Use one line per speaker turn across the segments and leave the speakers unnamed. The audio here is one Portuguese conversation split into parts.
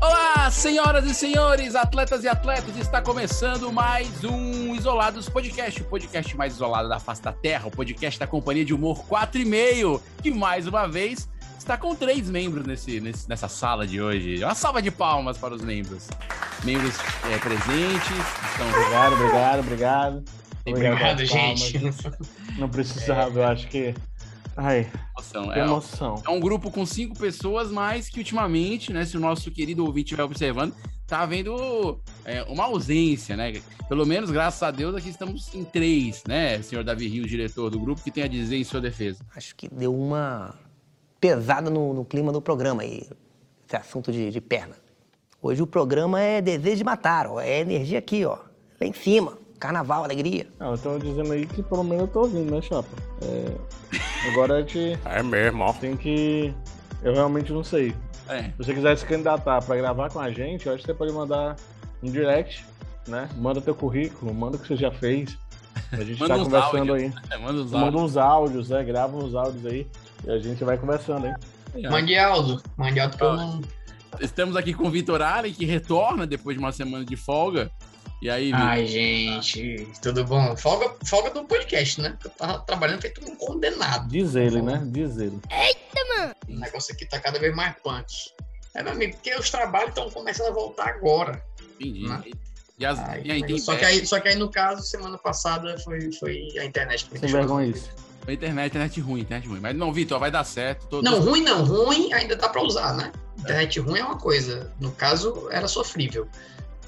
Olá, Senhoras e senhores, atletas e atletas, está começando mais um Isolados Podcast, o podcast mais isolado da face da terra, o podcast da Companhia de Humor 4,5, que mais uma vez está tá com três membros nesse, nesse- nessa sala de hoje. Uma salva de palmas para os membros. Membros é, presentes, estão
Obrigado, obrigado, obrigado. é
Obrigado,
pelas
gente.
Não precisava, eu acho que. Ai,
emoção.
que
É, ó,
emoção.
é um grupo com cinco pessoas, mas que ultimamente, né, se o nosso querido ouvinte vai observando, tá havendo é, uma ausência, né? Pelo menos, graças a Deus, aqui estamos em três, né, senhor Davi Rios, diretor do grupo, que tem a dizer em sua defesa.
Acho que deu uma pesada no, no clima do um programa aí, esse assunto de, de perna. Hoje o programa é desejo de matar, ó, é energia aqui, ó, lá em cima, carnaval, alegria.
Não, eu tô dizendo aí que pelo menos eu tô ouvindo, né, Chapa? É, Agora a gente
É mesmo, ó.
tem que. Eu realmente não sei.
É,
Se você quiser se candidatar pra gravar com a gente, eu acho que você pode mandar um direct, né? Manda teu currículo, manda o que você já fez. A gente
Manda
tá
uns
conversando aí.
é, manda os
Manda uns áudios, né? Grava uns áudios aí. E a gente vai conversando, hein?
áudios.
Mande Aldo. Mande Aldo pra eu
Ah,
não.
Estamos aqui com o Vitor Allen, que retorna depois de uma semana de folga. E aí, Vitor?
Ai, gente, tudo bom? Folga, folga do podcast, né? Porque eu tava trabalhando feito um condenado.
Diz ele, né? Diz ele.
O negócio aqui tá cada vez mais punk. É, meu amigo, porque os trabalhos estão começando a voltar agora.
Entendi.
Não.
E as,
Ai,
e aí, tem
só, que Né? aí, só que aí, no caso, semana passada foi, foi a internet que me
Sem
deixou.
vergonha isso.
a internet, internet ruim, internet ruim. Mas não, Vitor, vai dar certo. Tô-
Não, ruim não. Ruim ainda dá pra usar, né? Internet ruim é uma coisa. No caso, era sofrível.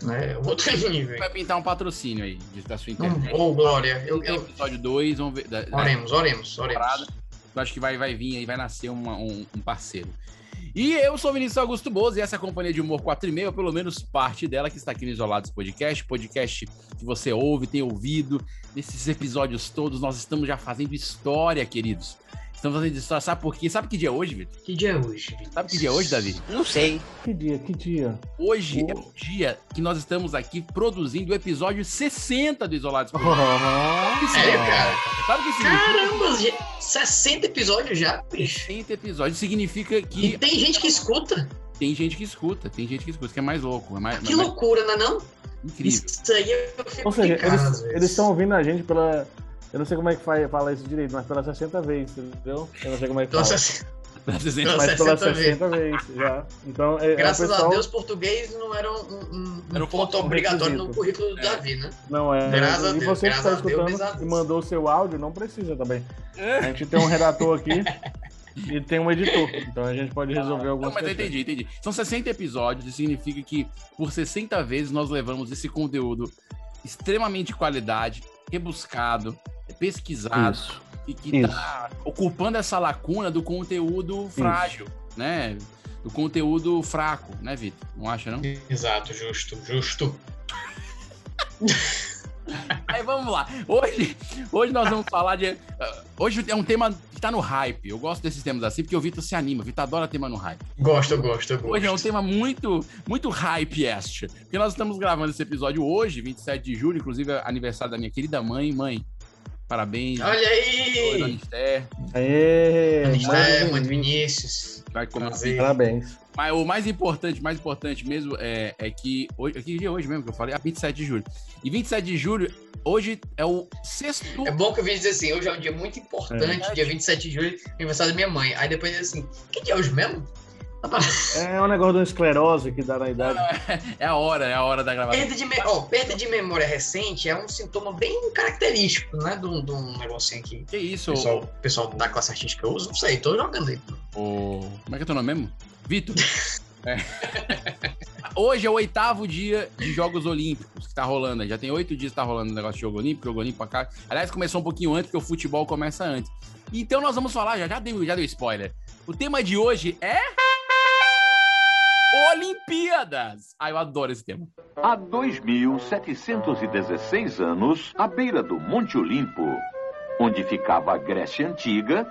Né? Outro nível.
Vai pintar um patrocínio aí de- da sua
Não,
internet.
Ô, Glória, eu,
Tem
eu-
episódio 2, vamos ver. da- da-
oremos, oremos,
Parada.
oremos.
eu acho que vai, vai vir aí, vai nascer uma- um, um parceiro. E eu sou o Vinícius Augusto Bozo e essa é a companhia de humor 4 e meio, ou pelo menos parte dela, que está aqui no Isolados Podcast, podcast que você ouve, tem ouvido. Nesses episódios todos, nós estamos já fazendo história, queridos. Estamos fazendo história. Sabe por quê? Sabe que dia é hoje, Vitor?
Que dia é hoje? Vinícius?
Sabe que dia é hoje, Davi?
Não sei.
Que dia, que dia.
Hoje
Oh.
é o dia que nós estamos aqui produzindo o episódio 60 do Isolados
Oh,
Podcast. Sabe o que
Sério,
significa?
É, cara?
Sabe o que significa?
Caramba, gente, 60 episódios já, bicho.
60 episódios significa
E
que
tem gente que escuta.
tem gente que escuta, tem gente que escuta, isso que é mais louco, é mais,
Que
mais- mais
loucura, não é não?
incrível.
Isso aí eu fico
Ou seja,
em casa, às
eles
vezes.
eles estão ouvindo a gente pela. Eu não sei como é que fa- fala isso direito, mas pela 60 vezes, entendeu? Eu não sei como é que
Então,
fala.
assim,
mas pela
60 vezes.
60 vezes, já. Então, é, é o
graças a
pessoal-
Deus, português não era um, um- um
Era um
ponto obrigatório no
requisito.
currículo do
É.
Davi, né?
Não é.
Graças a
e
Deus,
você que está
graças a Deus,
escutando
graças a
e
Deus.
mandou o seu áudio, não precisa também.
É.
A gente tem um redator aqui e tem um editor. Então a gente pode
Ah,
resolver
Não,
algumas
mas eu
coisas.
entendi, entendi. São 60 episódios, isso significa que por 60 vezes nós levamos esse conteúdo extremamente de qualidade, rebuscado, pesquisado,
Isso.
e que
isso.
tá ocupando essa lacuna do conteúdo frágil, né? Do conteúdo fraco, né, Vitor? Não acha, não?
Exato, justo, justo.
Aí vamos lá. Hoje, hoje nós vamos falar de. ah, Hoje é um tema que tá no hype. Eu gosto desses temas assim, porque o Vitor se anima. O Vitor adora tema no hype.
Gosto, gosto, gosto.
Hoje é um tema muito, muito hype este. Porque nós estamos gravando esse episódio hoje, 27 de julho, inclusive é aniversário da minha querida mãe. Mãe, parabéns.
Olha
Oi, Dona
aí!
Esther,
Aê,
É,
mãe
mãe
do Vinícius.
do Vinícius.
vai começar.
Prazer.
Parabéns.
Mas o mais importante, mais importante mesmo é, é que. Hoje, que dia é hoje mesmo que eu falei? Ah, 27 de julho. E 27 de julho, hoje é o sexto.
É bom que eu vim dizer assim, hoje é um dia muito importante,
É.
dia 27 de julho, aniversário da minha mãe. Aí depois diz assim, que dia é hoje mesmo?
É um negócio de uma esclerose que dá na idade.
É a hora, é a hora da gravação.
Perda de, me- ó, perda de memória recente é um sintoma bem característico, né? De um, de um negocinho que
Que isso,
o pessoal, o pessoal da classe artística usa. Não sei, tô jogando aí.
O... Como é que é teu nome mesmo? Vitor. É. Hoje é o oitavo dia de Jogos Olímpicos que tá rolando. aí. Já tem oito dias que tá rolando o negócio de Jogo Olímpico, Jogo Olímpico pra cá. Aliás, começou um pouquinho antes, porque o futebol começa antes. Então nós vamos falar, já, já, deu, já deu spoiler. O tema de hoje é Olimpíadas. Ah, eu adoro esse tema.
Há 2.716 anos, à beira do Monte Olimpo, onde ficava a Grécia Antiga,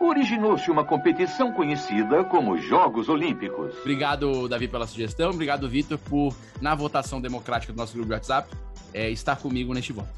originou-se uma competição conhecida como Jogos Olímpicos.
Obrigado, Davi, pela sugestão. Obrigado, Vitor, por, na votação democrática do nosso grupo de WhatsApp, é, estar comigo neste voto.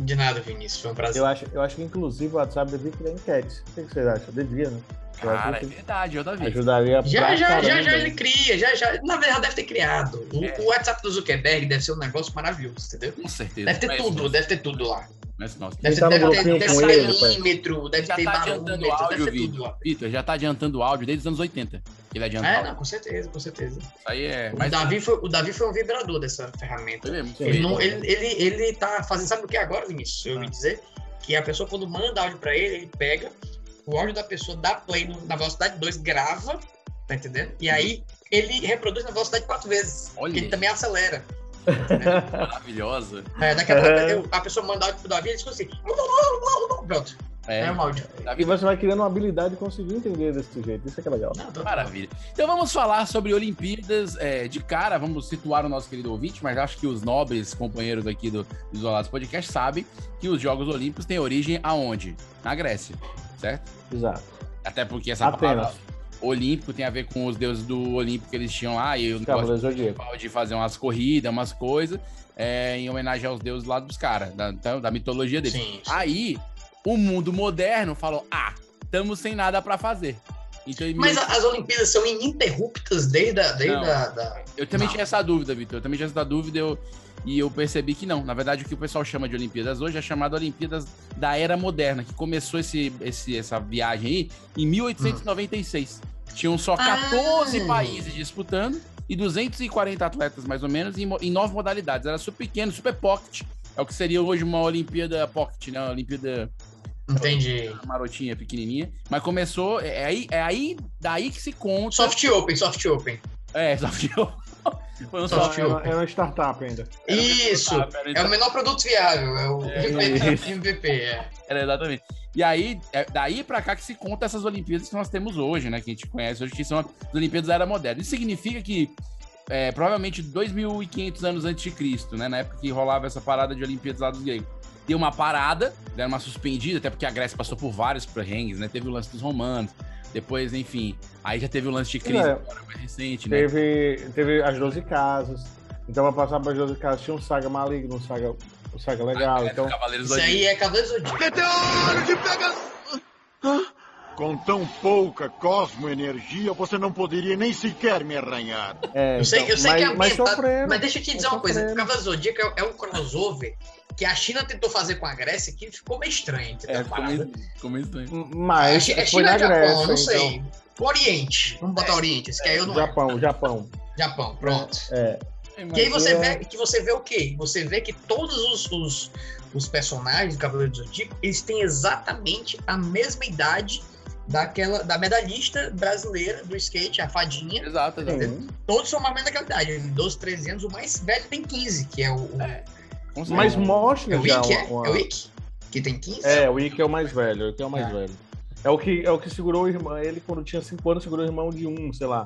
De nada, Vinícius. Foi um prazer.
Eu acho, eu acho que, inclusive, o WhatsApp devia criar enquete. O que que vocês acham? Devia, né? Eu
Cara,
acho
é
que
verdade, eu Davi.
ajudaria
Já,
pra
já, já,
caramba.
já ele cria, já, já. Na verdade, deve ter criado. O,
É.
o WhatsApp do Zuckerberg deve ser um negócio maravilhoso, entendeu?
Com certeza.
Deve ter
Mas
tudo,
nosso,
deve ter tudo lá.
mas nosso.
Deve,
tá no
deve ter,
grupinho
ter
com ele, pai.
saímetro, deve
Já
ter
tá adiantando o
barômetro, deve
áudio,
ter tudo
Vitor.
lá.
Vitor, já tá adiantando o áudio desde os anos 80. que Ele adianta.
É,
áudio.
não, com certeza, com certeza.
Isso aí é.
O,
Mas
Davi foi, o Davi foi um vibrador dessa ferramenta.
foi mesmo.
Sim.
Ele,
Ele-
não, ele, ele, ele tá fazendo, sabe o que é agora, Vinícius? Eu ouvi dizer que a pessoa, quando manda áudio pra ele, ele pega o áudio da pessoa, dá play no- na velocidade 2, grava, tá entendendo? E aí ele reproduz na velocidade 4 vezes.
Olha
Porque ele
aí.
também acelera.
Maravilhosa.
É, daqui a pouco eu- a pessoa manda áudio pro Davi, ele diz assim. Pronto,
É,
é, um áudio.
E você vai criando uma habilidade de conseguir entender desse jeito. Isso é que é legal.
Não, tô-
Maravilha. Então vamos falar sobre Olimpíadas é, de cara. Vamos situar o nosso querido ouvinte, mas acho que os nobres companheiros aqui do Isolados Podcast sabem que os Jogos Olímpicos têm origem aonde? Na Grécia, certo?
Exato.
Até porque essa
Apenas.
palavra olímpico tem a ver com os deuses do Olimpo que eles tinham lá e o negócio
Cavaleiro Zodíaco.
principal de fazer umas corridas, umas coisas, é, em homenagem aos deuses lá dos caras, da, então, da mitologia deles.
Sim, sim.
Aí, o mundo moderno falou: ah, estamos sem nada pra fazer. Então, em
Mas a- as Olimpíadas são ininterruptas desde a. Desde
Não.
a da...
Eu também
Não.
tinha essa dúvida, Vitor. Eu também tinha essa dúvida eu, e eu percebi que não. Na verdade, o que o pessoal chama de Olimpíadas hoje é chamado Olimpíadas da Era Moderna, que começou esse, esse- essa viagem aí em 1896. Tinham um só 14
Ah.
países disputando e 240 atletas, mais ou menos, em, mo- em nove modalidades. Era super pequeno, super pocket. É o que seria hoje uma Olimpíada pocket, né? Uma Olimpíada
Entendi.
marotinha, pequenininha. Mas começou... É, é aí, é aí daí que se conta...
Soft Open, Soft Open.
É, só que eu... Foi um
Só
só...
que
É uma, é uma startup ainda.
Isso!
Ah, peraí,
É o menor produto viável, é o
isso.
MVP, é.
Era exatamente. E aí, é daí pra cá que se conta essas Olimpíadas que nós temos hoje, né? Que a gente conhece hoje, que são as Olimpíadas da Era Moderna. Isso significa que é, provavelmente 2.500 anos antes de Cristo, né? Na época que rolava essa parada de Olimpíadas lá dos gregos. Deu uma parada, deram uma suspendida, até porque a Grécia passou por vários perrengues, né? Teve o lance dos romanos, depois, enfim. Aí já teve o lance de Cristo,
É.
agora mais recente, né?
Teve, teve as 12 casas. Então, pra passar para as 12 casas, tinha um saga maligno, um saga, um saga legal. Então,
Cavaleiros do
Isso aí é Cavaleiro Zodíaco.
Meteoro de Pegasus! Com tão pouca cosmoenergia, você não poderia nem sequer me arranhar.
é,
Eu sei,
então,
eu sei
mas,
que é
mas
ambientado, mas,
sofreram.
deixa eu te dizer
mas
uma coisa.
sofreram.
Cavaleiro Zodíaco é, é um crossover que a China tentou fazer com a Grécia que ficou meio estranho, entendeu?
É,
a
ficou
parada?
meio, ficou meio estranho.
É
Mas
Chi- é
foi
China
na
ou Japão,
Grécia.
eu não
então,
sei. O Oriente, vamos botar Oriente, esse que aí eu não
Japão, Japão.
É. Japão, pronto.
É,
E
Mas
aí você
é-
vê que você vê o quê? Você vê que todos os, os, os personagens do Cavaleiro do Zodíaco, eles têm exatamente a mesma idade daquela da medalhista brasileira do skate, a fadinha.
Exato, exato.
sim.
Todos são mais ou menos daquela idade, 12, 13 anos, o mais velho tem 15, que é o o- é,
Com certeza.
Mas mostra
o
já
Ikki, é?
uma-
É o Ikki, que tem 15.
É, o Ike é o mais velho, o Ike é o mais velho. É o, que, é o que segurou o irmão, ele quando tinha 5 anos segurou o irmão de um, sei lá.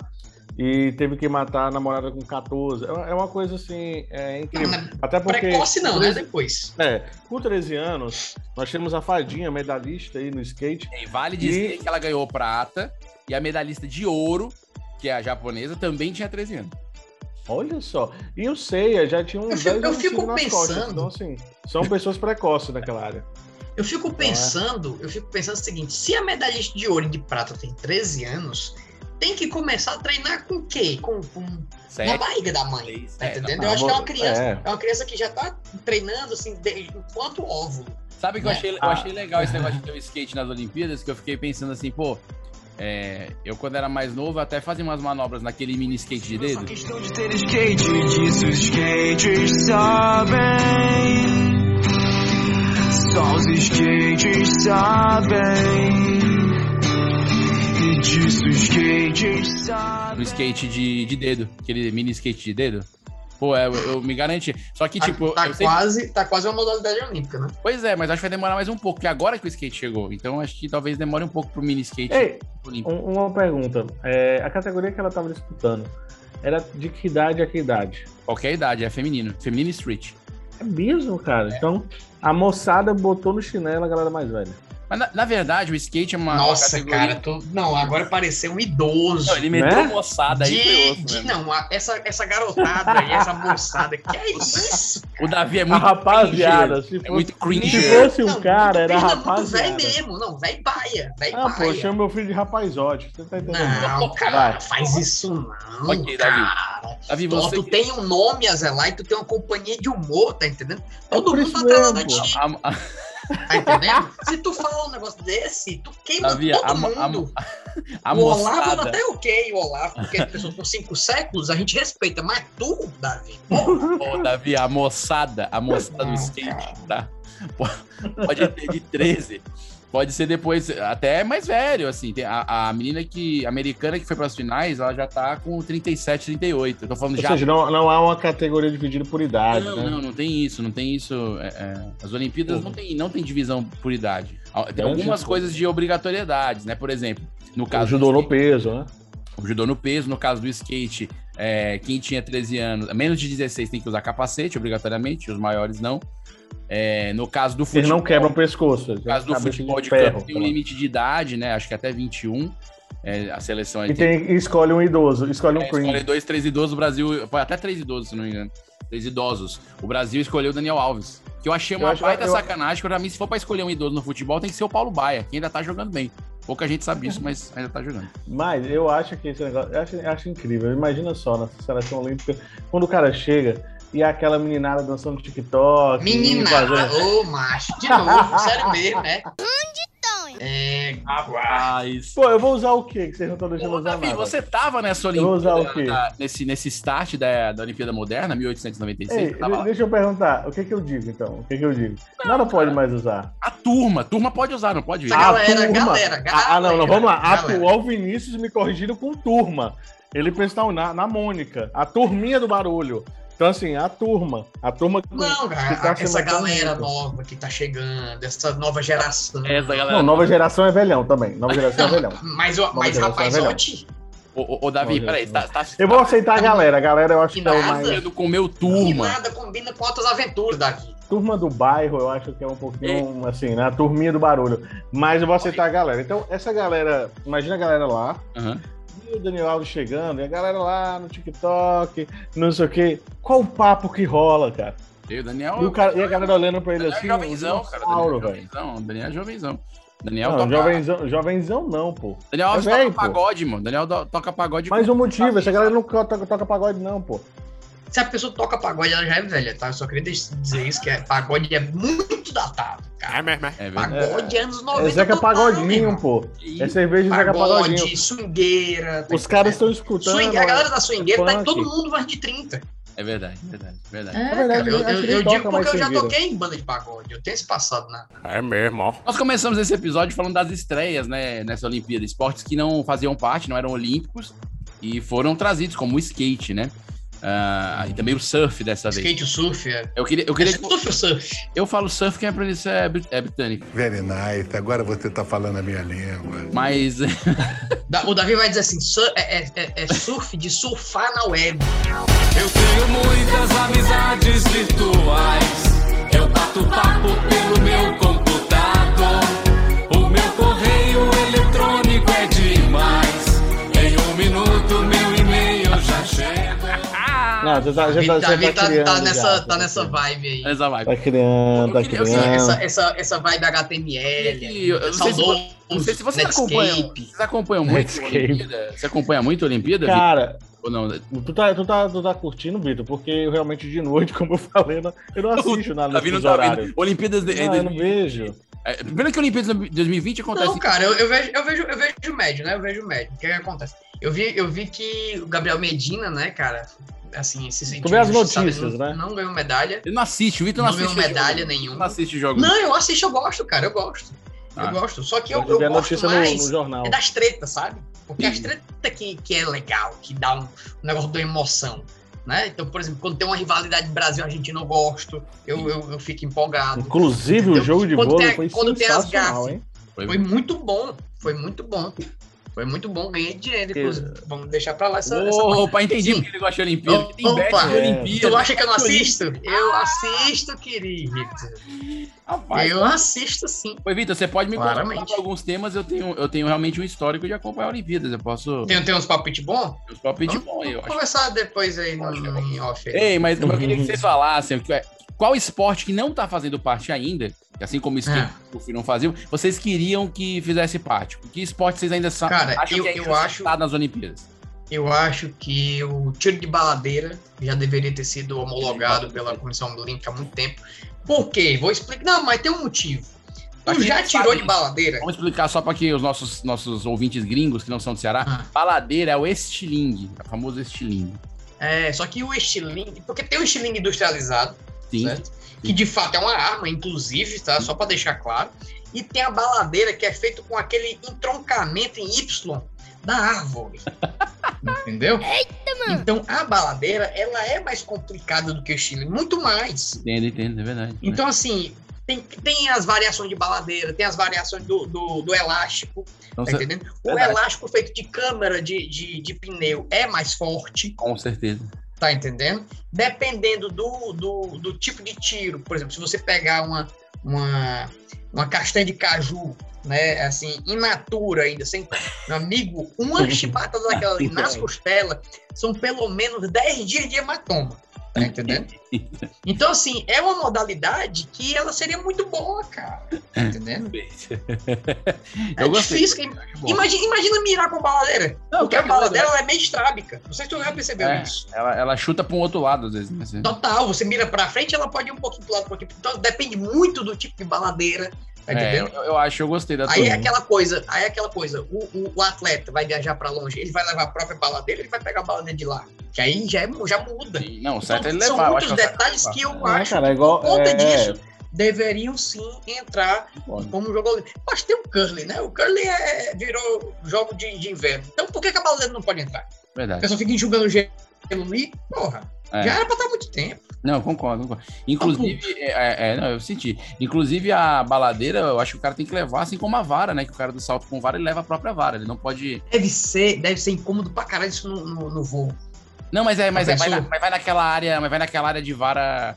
E teve que matar a namorada com 14. É uma, é uma coisa assim, é incrível.
Não, não
Até porque.
Ah, Precoce não,
com
né?
13
Depois.
É, com 13 anos, nós temos a fadinha medalhista aí no skate.
Tem, vale dizer
E-
que ela ganhou prata e a medalhista de ouro, que é a japonesa, também tinha 13 anos.
Olha só. E o Seiya já tinha
Eu
uns
fico-
10
eu
anos
fico
nas costas.
pensando-
Então, assim, são pessoas precoces naquela área.
Eu fico
é.
pensando, eu fico pensando o seguinte, se a medalhista de ouro e de prata tem 13 anos, tem que começar a treinar com o quê? Com, com na
Sete,
barriga da mãe.
seis,
Tá
é, não.
entendendo? Eu acho que é uma criança.
É.
É uma criança que já tá treinando assim, de- enquanto óvulo.
Sabe que eu
Né?
achei, eu
Ah.
achei legal esse negócio de ter o skate nas Olimpíadas, que eu fiquei pensando assim, pô, é, eu quando era mais novo até fazia umas manobras naquele mini skate de dedo.
questão de ter skate, disso os skates sabem. Só os skates sabem. E disso os skates sabem.
No skate de, de dedo, aquele mini skate de dedo. Pô, é, eu, eu me garanti. Só que, tipo,
tá,
eu
tá
sempre-
quase, tá quase uma modalidade olímpica, né?
pois é, mas acho que vai demorar mais um pouco, porque agora que o skate chegou. Então acho que talvez demore um pouco pro mini skate
Ei,
olímpico.
Um- Uma pergunta. É, a categoria que ela estava disputando Era de que idade a que idade?
Qualquer idade, é feminino. Feminino Street.
É mesmo, cara. Então, a moçada botou no chinelo a galera mais velha.
Mas na, na verdade, o skate é uma.
Nossa,
uma categoria-
cara, tô... não, agora pareceu um idoso.
Não, ele meteu
Né?
moçada aí. foi
de,
osso
de-
mesmo.
não, a- essa, essa garotada aí, essa moçada, que é isso?
O Davi é
a
muito.
rapaziada, se
É
fosse,
muito cringe.
se fosse um
Não,
cara, era
muito Velho
rapaziada.
mesmo, não, velho baia, velho
Ah, pô,
baia.
eu chamo meu filho de rapazote. Você tá entendendo?
Não, cara,
Vai.
faz isso não,
Ok, Davi.
cara.
Davi,
Ó,
você.
tu tem um nome a zelar e tu tem uma companhia de humor, tá entendendo? Todo
É por
mundo
isso
tá atrelado a
mesmo.
ti,
A, a,
tá entendendo? Se tu falar um negócio desse, tu queima
Davi,
todo
a,
mundo.
a, a, a
o Olavo
moçada.
até ok, o Olavo, porque é pessoa com cinco séculos, a gente respeita, mas tu, Davi, pô,
Ô, Davi, a moçada, a moçada do
Não,
skate, tá? Po- Pode ter de 13. Pode ser depois, até mais velho, assim. Tem a, a menina que, americana que foi pras finais, ela já tá com 37, 38. Eu tô falando
Ou
já.
seja, não, não há uma categoria dividida por idade,
não,
né?
não, não tem isso, não tem isso. é, é, as Olimpíadas
Porra.
não tem, não tem divisão por idade. Ah, Tem
Grande
algumas
coisa.
coisas de obrigatoriedades, né? Por exemplo, no
O
caso. do
judô no
skate-
peso, né?
o judô no peso, no caso do skate, é, quem tinha 13 anos, menos de 16 tem que usar capacete, obrigatoriamente, os maiores não. É, no caso do
Eles
futebol.
não quebram o pescoço.
No caso do futebol de, campo tem um limite de idade, né? Acho que até 21. É, a seleção aí
E tem, escolhe um idoso, escolhe um
é, escolhe
cringe.
dois, três idosos, o Brasil. Foi até três idosos, se não me engano. Três idosos. O Brasil escolheu o Daniel Alves. Que eu achei uma
Eu acho-
baita
eu-
sacanagem, que pra mim, se for pra escolher um idoso no futebol, tem que ser o Paulo Baia, que ainda tá jogando bem. Pouca gente sabe isso, mas ainda tá jogando.
Mas eu acho que esse negócio. Eu acho, eu acho incrível. Imagina só, na seleção olímpica, quando o cara chega e é aquela meninada dançando TikTok.
menina,
é.
fazendo-
ô macho, de novo, sério mesmo, né? É,
Rapaz.
Pô, eu vou usar o quê que vocês não estão deixando eu
Ô,
usar
Davi,
nada?
você tava nessa
Eu vou usar o
Olimpíada,
quê?
da- nesse, nesse start da, da Olimpíada Moderna, 1896,
Ei,
você tava lá.
deixa eu perguntar, o que que eu digo então? O que que eu digo? nada pode mais usar.
A turma, turma pode usar, não pode ir.
Essa
Tá.
galera, galera, galera.
Ah, ah, não, não, vamos lá. Ah,
Galera.
pô, ó, o Vinícius me corrigindo com turma. Ele pensou na, na Mônica, a turminha do barulho. Então, assim, a turma. A turma.
Não, cara,
Tá
essa
sendo tão
galera
lindo.
nova que tá chegando, essa nova geração.
Essa galera.
Não, nova geração é velhão também. Nova geração é velhão.
Mas, o-
Nova
mas
geração é
rapazote,
Ô, ô, ô, Davi,
Não,
peraí, tá, tá,
Eu vou aceitar a galera. A galera eu acho
Que
que é o
nada.
mais.
tá com o meu
e
turma.
nada combina com outras aventuras, Davi.
Turma do bairro, eu acho que é um pouquinho assim, né? A turminha do barulho. Mas eu vou aceitar a galera. Então, essa galera. Imagina a galera lá.
Aham.
E o Daniel Alves chegando, e a galera lá no TikTok, não sei o quê. Qual o papo que rola, cara?
E o Daniel.
E, o cara- e a galera olhando pra ele
Daniel
assim.
é jovenzão, cara.
Auro,
Daniel é
velho.
jovenzão. Daniel é um Tipo, jovenzão. Daniel
Não,
toca.
jovenzão, jovenzão não, pô.
Daniel Alves
É velho,
toca
pô.
pagode, mano. Daniel do- toca pagode.
Mas o motivo, essa galera não toca, toca pagode, não, pô.
Se a pessoa toca pagode, ela já é velha, tá? Eu só queria des- dizer isso, que é, pagode é muito datado, cara.
É mesmo, é.
É verdade.
Pagode é anos 90.
É Zeca
total, meu
Pagodinho,
irmão.
pô. É cerveja de Zeca Pagodinho.
Pagode, swingueira. tá
Os caras estão
entendendo?
escutando.
Swing, a galera da swingueira tá em
funk.
todo mundo mais de 30.
É verdade, verdade, verdade.
Na É verdade,
Cara, eu,
acho que
eu-
nem
eu
toca
digo
mais
porque eu já
cerveja.
toquei em banda de pagode. Eu tenho esse passado na.
É mesmo, ó.
Nós começamos esse episódio falando das estreias, né, nessa Olimpíada, esportes que não faziam parte, não eram olímpicos e foram trazidos como o skate, né? Ah, e também o surf dessa vez.
Skate surf. É.
Eu queria, eu queria,
Surf o surf.
eu falo surf que é pra isso é, brit- é britânico,
Very nice, agora você tá falando a minha língua.
mas
Da- O Davi vai dizer assim: sur- é, é- é- é surf de surfar na web.
Eu tenho muitas amizades virtuais. Eu bato papo pelo meu computador. O meu correio eletrônico é demais. Em um minuto, meu e-mail já chega.
Não, você tá,
Davi
já tá, já
Davi
tá,
tá,
criando
tá
já,
nessa, tá
tá
nessa
criando.
vibe aí.
essa vibe.
Tá criando, tá
Eu queria- eu queria-
criando.
Essa, essa, essa vibe HTML.
É. E- eu não sei se
saudoso,
Não sei se vocês
Netscape.
acompanham, vocês acompanham muito a
Netscape.
Olimpíada? Você acompanha muito a Olimpíada? Vitor?
Cara,
Ou não? né?
tu tá, tu, tá, tu tá curtindo, Vitor? Porque eu realmente de noite, como eu falei, não- eu não assisto nada
Davi não
nesses
tá
horários.
vendo. Olimpíadas de,
Não, eu não
2020.
vejo.
É, primeiro que a Olimpíadas de 2020 acontece
Não, cara, eu, eu vejo, eu, vejo, eu vejo o médio, né? Eu vejo o médio. O que, que acontece? Eu vi, eu vi que o Gabriel Medina, né, cara, assim, se sentiu
vê as
injustiçado,
notícias,
ele
né?
Não ganhou medalha.
Ele não assiste, o Vitor não,
Não ganhou
assiste.
medalha
jogo. Não
nenhuma.
assiste jogos.
Não, eu assisto, eu gosto, cara, eu gosto.
Ah.
Eu gosto. Só que eu,
Eu,
eu
vi a
gosto
notícia no,
mais
no jornal.
é das tretas, sabe? Porque as
Sim.
tretas que, que é legal, que dá um, um negócio da emoção. Né? Então, por exemplo, quando tem uma rivalidade Brasil-Argentina, eu gosto, eu, eu, eu fico
Um
empolgado.
Inclusive, o
Entendeu?
jogo de
Quando
vôlei
tem-
foi
quando tem as
sensacional,
gafes.
hein?
Foi muito bom, foi muito bom. Foi muito bom, ganhei dinheiro,
Que-
inclusive. Vamos deixar pra lá essa. essa parte.
Opa, entendi
Sim.
porque ele gosta de Olimpíada. que Tem
Opa.
bet de
É.
Olimpíada. Ah!
Tu acha que eu não assisto? Eu assisto, querido.
Rapaz,
Eu assisto sim.
Oi, Vitor, você pode me
Claramente.
contar alguns temas, eu tenho, eu tenho realmente um histórico de acompanhar Olimpíadas, eu posso...
Tem, tem uns palpites bons?
Os palpites
Vamos
bom, eu acho.
conversar depois aí no,
Lógico.
no- em off. aí.
Ei, mas eu queria que vocês falassem que é- qual esporte que não tá fazendo parte ainda, que assim como o skate
Ah.
e o surf não faziam, vocês queriam que fizesse parte. Que esporte vocês ainda sa-
Cara, eu-
que é
eu
está
acho-
nas Olimpíadas?
Eu acho que o tiro de baladeira já deveria ter sido homologado pela Comissão Olímpica há muito tempo. Por quê? Vou explicar. Não, mas tem um motivo.
Acho
Tu
que
já
ele
tirou
sabe
de
isso.
baladeira?
Vamos explicar só para que os nossos, nossos ouvintes gringos que não são do Ceará,
Ah.
baladeira é o estilingue, é o famoso estilingue.
É, só que o estilingue. Porque tem o estilingue industrializado,
Sim.
certo? Que de fato é uma arma, inclusive, tá? Só pra deixar claro. E tem a baladeira que é feito com aquele entroncamento em Y da árvore. Entendeu? Então a baladeira, ela é mais complicada do que o estilingue, muito mais.
Entendo, entendo, é verdade.
Então, assim, tem, tem as variações de baladeira, tem as variações do, do, do elástico,
Então,
tá
cê-
entendendo? O
verdade.
elástico feito de câmera de, de, de pneu é mais forte,
com certeza.
tá entendendo? Dependendo do, do, do tipo de tiro, por exemplo, se você pegar uma, uma, uma castanha de caju, né, assim, in natura ainda, sem, meu amigo, uma chibatada daquela ali nas costelas são pelo menos 10 dias de hematoma, tá entendendo? Então, assim, é uma modalidade que ela seria muito boa, cara. Tá entendendo?
É. Eu
é
gostei.
difícil. que-
bom.
Imagina, imagina mirar com baladeira.
Não,
porque a
tá ligado,
baladeira ela é meio estrábica. Não sei se tu já percebeu
É.
isso.
Ela, ela chuta para um outro lado, às vezes. Né? Cê-
Total, você mira pra frente, ela pode ir um pouquinho pro lado, um pouquinho pro Então, depende muito do tipo de baladeira. Tá
É, eu,
entendendo?
eu acho, eu gostei da
Aí é
tua-
aquela coisa, aí é aquela coisa, o, o- o atleta vai viajar pra longe, ele vai levar a própria baladeira, ele vai pegar a baladeira de lá. Que aí já, é, já muda.
Sim, Não, o certo é
Então,
ele
são
levar. eu acho
muitos
que é o certo
detalhes
levar.
que eu
Ah,
acho
cara, é igual.
por conta
é,
disso, deveriam sim entrar
Pode.
é
como jogo olímpico. Mas tem o Curly, né? O Curly é, virou jogo de, de inverno. Então por que, que a baladeira não pode entrar? O
Verdade.
pessoal fica enxugando gelo ali, porra.
É.
Já era pra estar há muito tempo.
Não, eu concordo, concordo.
Tá
Inclusive, é, é, não, eu senti. Inclusive, a baladeira, eu acho que o cara tem que levar, assim como a vara, né? Que o cara do salto com vara, ele leva a própria vara. Ele não pode.
Deve ser, deve ser incômodo pra caralho isso no, no, no voo.
Não, mas é, mas é, vai,
Professor?
na- mas vai naquela área, mas vai naquela área de vara.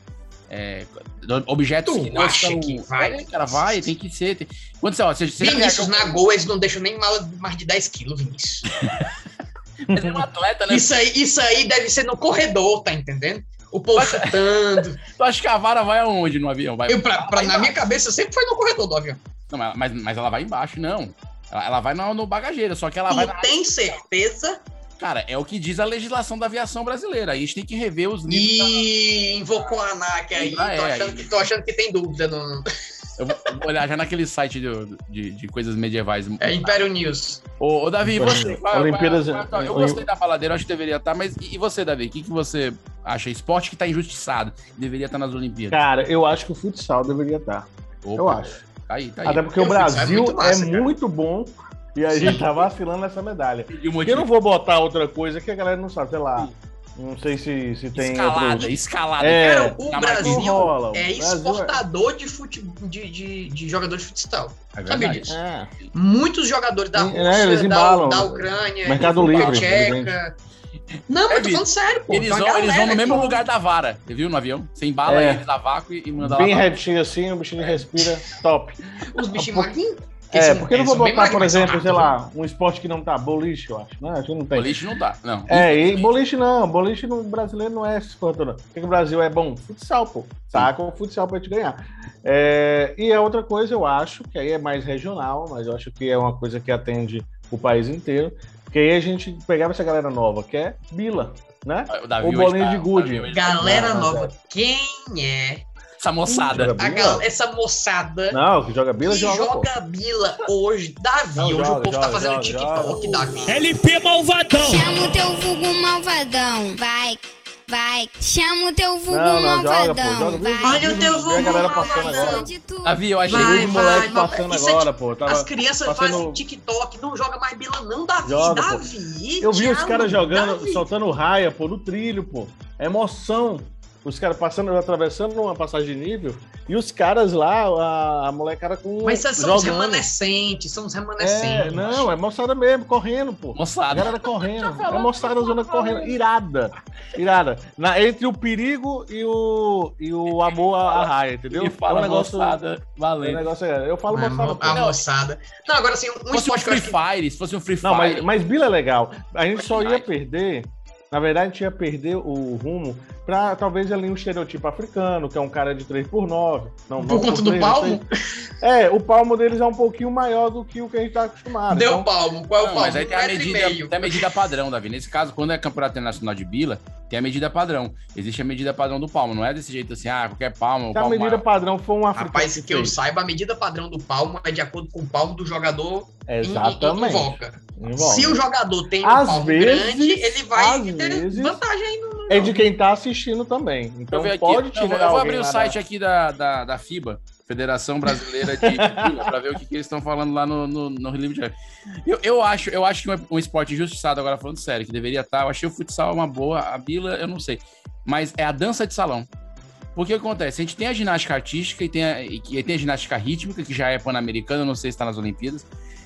É, do- objetos
Tu
não
acha que vai?
É, cara, vai, tem que ser. Tem... Quando você, ó, você, um você já
Vinícius,
viajou-
na Gol, eles não deixam nem mala de mais de 10 quilos, Vinícius.
Mas é um atleta, né?
Isso aí, isso aí deve ser no corredor, tá entendendo? O povo chutando.
Tu acha que a vara vai aonde no avião? Vai,
Eu, pra, pra-
vai
na minha cabeça, sempre foi no corredor do avião.
Não, mas- mas, mas ela vai embaixo, não. Ela, ela vai no, no bagageiro, só que ela Ah, vai.
tu
Na...
tem certeza?
Cara, é o que diz a legislação da aviação brasileira. Aí a gente tem que rever os níveis.
E invocou a ANAC aí.
Ah, é,
tô, achando
aí.
que, tô achando que tem dúvida no
Eu vou eu vou olhar já naquele site do- de, de coisas medievais.
é, Império News.
Ô, ô, Davi, e você?
Olimpíadas- Olimpíadas-
eu gostei da baladeira, acho que deveria estar, mas e e você, Davi? O que, que você acha? Esporte que tá injustiçado, que deveria estar nas Olimpíadas.
Cara, eu acho que o futsal deveria estar. Eu
Opa,
acho.
Tá aí, tá aí.
Até porque o
Eu acho que isso é
Brasil
muito massa,
é
cara.
muito bom e a gente tá vacilando nessa medalha.
Perdi o
Porque eu
um motivo.
não vou botar outra coisa que a galera não sabe, sei lá. Não sei se, se tem.
Escalada,
outros-
escalada.
É,
Cara, o
na
Brasil
Marquise.
não rola.
É
O Brasil
exportador de, fute... de, de, de jogador de futsal.
É
Sabia
verdade.
disso?
É.
Muitos jogadores da
É,
Rússia,
né,
eles
da,
embalam.
da Ucrânia,
Mercado
da
Livre,
Tcheca. Não, mas
É,
tô falando sério, pô.
Eles
Tem uma
vão, eles vão
galera
no mesmo
que-
lugar da vara, você viu? No avião. Sem bala,
É.
eles dá vácuo e, e manda
Bem
lá.
retinho assim, o bichinho respira, top.
Os bichinhos
Por-
magrinhos.
É, porque eu não vou
Eles são bem
botar, por
magrinhos, são
exemplo, sei
rápidos.
lá, um esporte que não tá, boliche, eu acho. Não, acho que não tem.
Boliche não dá, não.
É, e boliche não, boliche no brasileiro não é esse esporte, não. O que que o Brasil é bom? Futsal, pô. Saca o futsal pra te ganhar. É, e a outra coisa, eu acho, que aí é mais regional, mas eu acho que é uma coisa que atende o país inteiro, porque aí a gente pegava essa galera nova, que é Bila, né?
O Davi
O
hoje
bolinho de
o
gude.
Davi hoje tá-
Galera
Não, não,
nova, quem é
Essa moçada.
Joga
a
Bila?
gal... essa moçada
Não, que joga Bila,
que
joga,
joga,
pô.
Bila hoje, Davi,
Não,
hoje
joga,
o povo tá
joga,
fazendo
joga,
TikTok,
joga.
Davi.
LP Malvadão.
Chama o teu vulgo malvadão, vai, vai. Chama o teu vulgo
Não, não, joga, pô,
malvadão,
joga.
vai.
Olha o teu
Vê a galera tá passando
Faz
agora.
de tudo.
Davi, eu achei.
Vai,
Chegou de moleque
vai,
passando
isso é
agora, pô. Tava...
As crianças
passando-
fazem TikTok, não joga mais Bila não, Davi,
Joga, pô.
Davi.
Eu vi os
Thiago,
caras jogando,
Davi.
soltando raia, pô, no trilho, pô. É emoção. Os caras passando, atravessando uma passagem de nível, e os caras lá, a, a molecada com.
Mas é são os
jogando.
remanescentes, são os
É,
remanescentes.
não, é moçada mesmo, correndo, pô. A
Moçada.
galera correndo. É moçada zona correndo. Irada. Irada. Na, entre o perigo e o, e o amor à à raia, entendeu?
E fala
é um negócio.
moçada.
é um
Valendo.
negócio é, eu falo
A,
moçada.
mo-
pô.
a moçada. Não, agora assim, um
Se fosse um
esporte que eu
Free
acho que
Fire, se fosse um Free Fire.
Não, mas, mas Bila é legal. A gente só
Vai.
ia perder. Na verdade, a gente ia perder o rumo pra talvez ali um estereotipo africano, que é um cara de 3x9. Não,
Por
9
conta do
3,
palmo?
não sei. É, o palmo deles é um pouquinho maior do que o que a gente tá acostumado.
deu
Então,
palmo. Qual é o
Não,
palmo?
mas aí tem
Um
a,
metro e
medida,
meio.
tem a medida padrão, Davi. Nesse caso, quando é campeonato internacional de Bila, tem a medida padrão. Existe a medida padrão do palmo. Não é desse jeito assim, ah, qualquer palmo.
se a
palmo
medida
maior.
padrão for um africano.
Rapaz, que eu
fez.
saiba, a medida padrão do palmo é de acordo com o palmo do jogador em- em- em
Exatamente.
voca.
Envolve.
Se o jogador tem um
Às
palmo
vezes-
grande, ele vai
às
ter
vezes-
vantagem aí no.
É de quem tá assistindo também. Então
Deixa eu ver aqui.
pode
Não,
tirar.
eu vou
alguém
abrir o
lá da-
site aqui da, da, da FIBA, Federação Brasileira de, de Bila, pra ver o que, que eles estão falando lá no, no, no Relief Drive. Eu, eu acho, eu acho que um- um esporte injustiçado, agora falando sério, que deveria estar. Eu achei o futsal uma boa, a Bila, eu não sei. Mas é a dança de salão. Porque o que acontece? A gente tem a ginástica artística e tem a, e que- e tem a ginástica rítmica, que já é pan-americana, não sei se está nas Olimpíadas,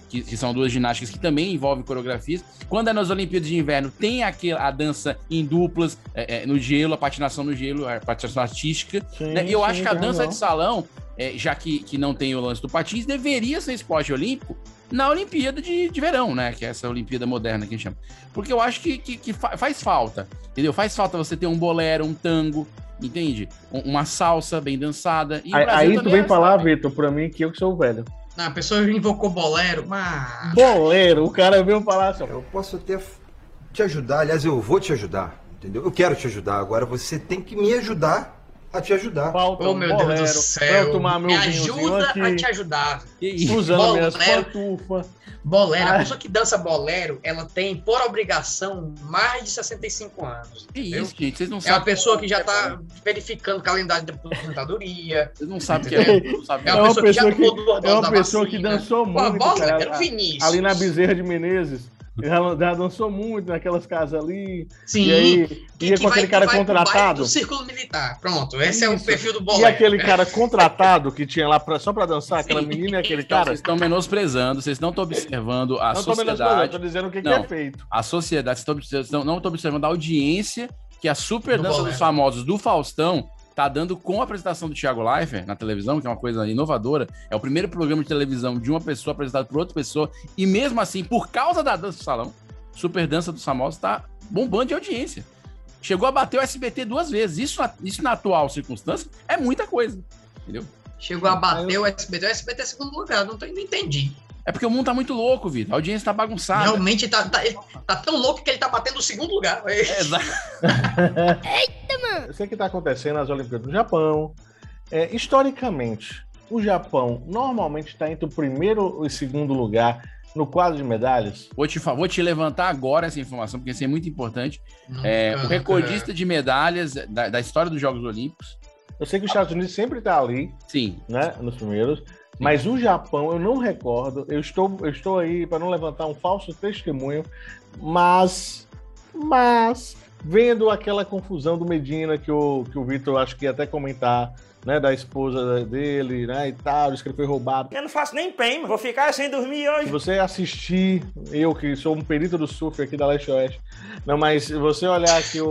que, que são duas ginásticas que também envolvem coreografias. Quando é nas Olimpíadas de Inverno, tem aquele, a dança em duplas, é, é, no gelo, a patinação no gelo, a patinação artística.
Sim,
né? E eu
sim,
acho que a
tem
dança
razão.
de salão, é, já que, que não tem o lance do patins, deveria ser esporte olímpico na Olimpíada de, de Verão, né? Que é essa Olimpíada moderna que a gente chama. Porque eu acho que, que, que fa- faz falta, entendeu? Faz falta você ter um bolero, um tango, entende? Um- uma salsa bem dançada. E o
Aí,
Brasil
aí tu
também
vem
é
falar,
assim.
Vitor, pra mim que eu que sou o velho.
Não, Ah, a pessoa invocou bolero, mas.
Boleiro, o cara veio falar assim, ó,
Eu posso até f- te ajudar, aliás, eu vou te ajudar, entendeu? Eu quero te ajudar, agora você tem que me ajudar a te ajudar.
falta
Oh,
um
meu
bolero,
Deus do
pra
céu.
eu tomar meu
Me
vinhozinho
ajuda
aqui,
a te ajudar.
Que isso?
usando
Bolero.
minhas pantufas.
Bolero,
Ah.
a pessoa que dança bolero, ela tem, por obrigação, mais de 65 anos.
Que
entendeu?
isso, gente? Vocês não
É uma
sabem.
pessoa que já tá verificando o calendário da aposentadoria.
Vocês não sabem o que é. Não sabem o que
É
é.
uma
uma pessoa que já
pessoa que-
tomou duas
É
doses
uma
da
pessoa que
vacina.
dançou
Pô, a
muito,
bola
cara,
era é o Vinícius.
ali na Bezerra de Menezes. Já, já dançou muito naquelas casas ali.
Sim.
E aí,
que-
ia
que
com
vai-
aquele
que
cara
vai pro bairro
contratado.
Do círculo militar. Pronto, esse é o
Isso.
perfil do né?
E
bolero.
aquele cara contratado que tinha lá pra, só pra dançar, aquela menina e aquele
Então,
cara.
vocês estão menosprezando, vocês não estão observando a
Não tô menosprezando,
sociedade.
tô dizendo o que, que
Não.
é feito.
a sociedade, vocês estão observando- não- não estou observando a audiência que a super
Do
dança
bolero.
dos famosos do Faustão tá dando com a apresentação do Thiago Leifert na televisão, que é uma coisa inovadora. É o primeiro programa de televisão de uma pessoa apresentado por outra pessoa. E mesmo assim, por causa da dança do salão, Super Dança dos Famosos tá bombando de audiência. Chegou a bater o SBT duas vezes. Isso na, isso na atual circunstância é muita coisa.
Chegou a bater o SBT. O SBT é segundo lugar, não, tô- não entendi.
É porque o mundo tá muito louco, Vitor. A audiência tá bagunçada.
Realmente tá, tá- ele tá tão louco que ele tá batendo o segundo lugar.
É, exa-
Eu sei que está acontecendo nas Olimpíadas do Japão. É, historicamente, o Japão normalmente está entre o primeiro e segundo lugar no quadro de medalhas.
vou, te, fa- vou te levantar agora essa informação, porque isso é muito importante.
Não,
É,
cara,
o recordista de medalhas da, da história dos Jogos Olímpicos.
Eu sei que os Estados Unidos sempre está ali,
Sim.
né, nos primeiros. Mas o Japão, eu não recordo. Eu estou, eu estou aí para não levantar um falso testemunho, mas, mas vendo aquela confusão do Medina que o que o Vitor acho que ia até comentar, né, da esposa dele, né, e tal, disse que ele foi roubado.
Eu não faço nem bem, mano. Vou ficar sem dormir hoje.
Se você assistir, eu que sou um perito do surf aqui da Leste Oeste, não, mas se você olhar aqui o.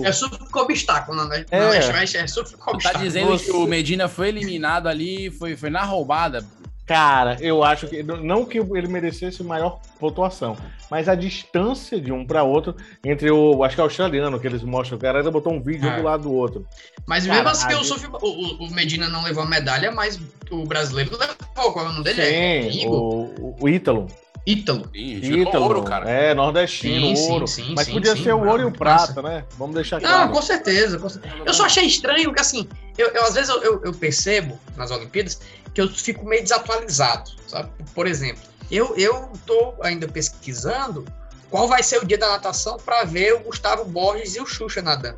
o-
É surf com obstáculo, não, né?
É.
Não, é, é surf com
Tá
obstáculo.
dizendo
Você-
que o Medina foi eliminado ali, foi, foi na roubada.
Cara, eu acho que. Não que ele merecesse maior pontuação, mas a distância de um para outro, entre o. Acho que é o australiano que eles mostram, o cara ainda botou um vídeo um
É.
do lado do outro.
Mas mesmo
Cara,
assim,
a
o,
gente-
surf, o, o- o Medina não levou a medalha, mas o brasileiro levou. Qual é o nome dele? é
Sim,
Igor?
o, o Ítalo.
Ítalo.
Sim,
Ítalo.
ouro, cara.
É, nordestino,
Sim, sim,
ouro.
sim,
mas
sim,
podia
sim,
ser o
bravo,
ouro e o
que massa.
prata, né? Vamos deixar
Não,
claro.
com certeza, com certeza. Eu só achei estranho que, assim, eu, eu, às vezes eu, eu- eu percebo nas Olimpíadas que eu fico meio desatualizado, sabe? Por exemplo, eu, eu tô ainda pesquisando qual vai ser o dia da natação para ver o Gustavo Borges e o Xuxa nadando.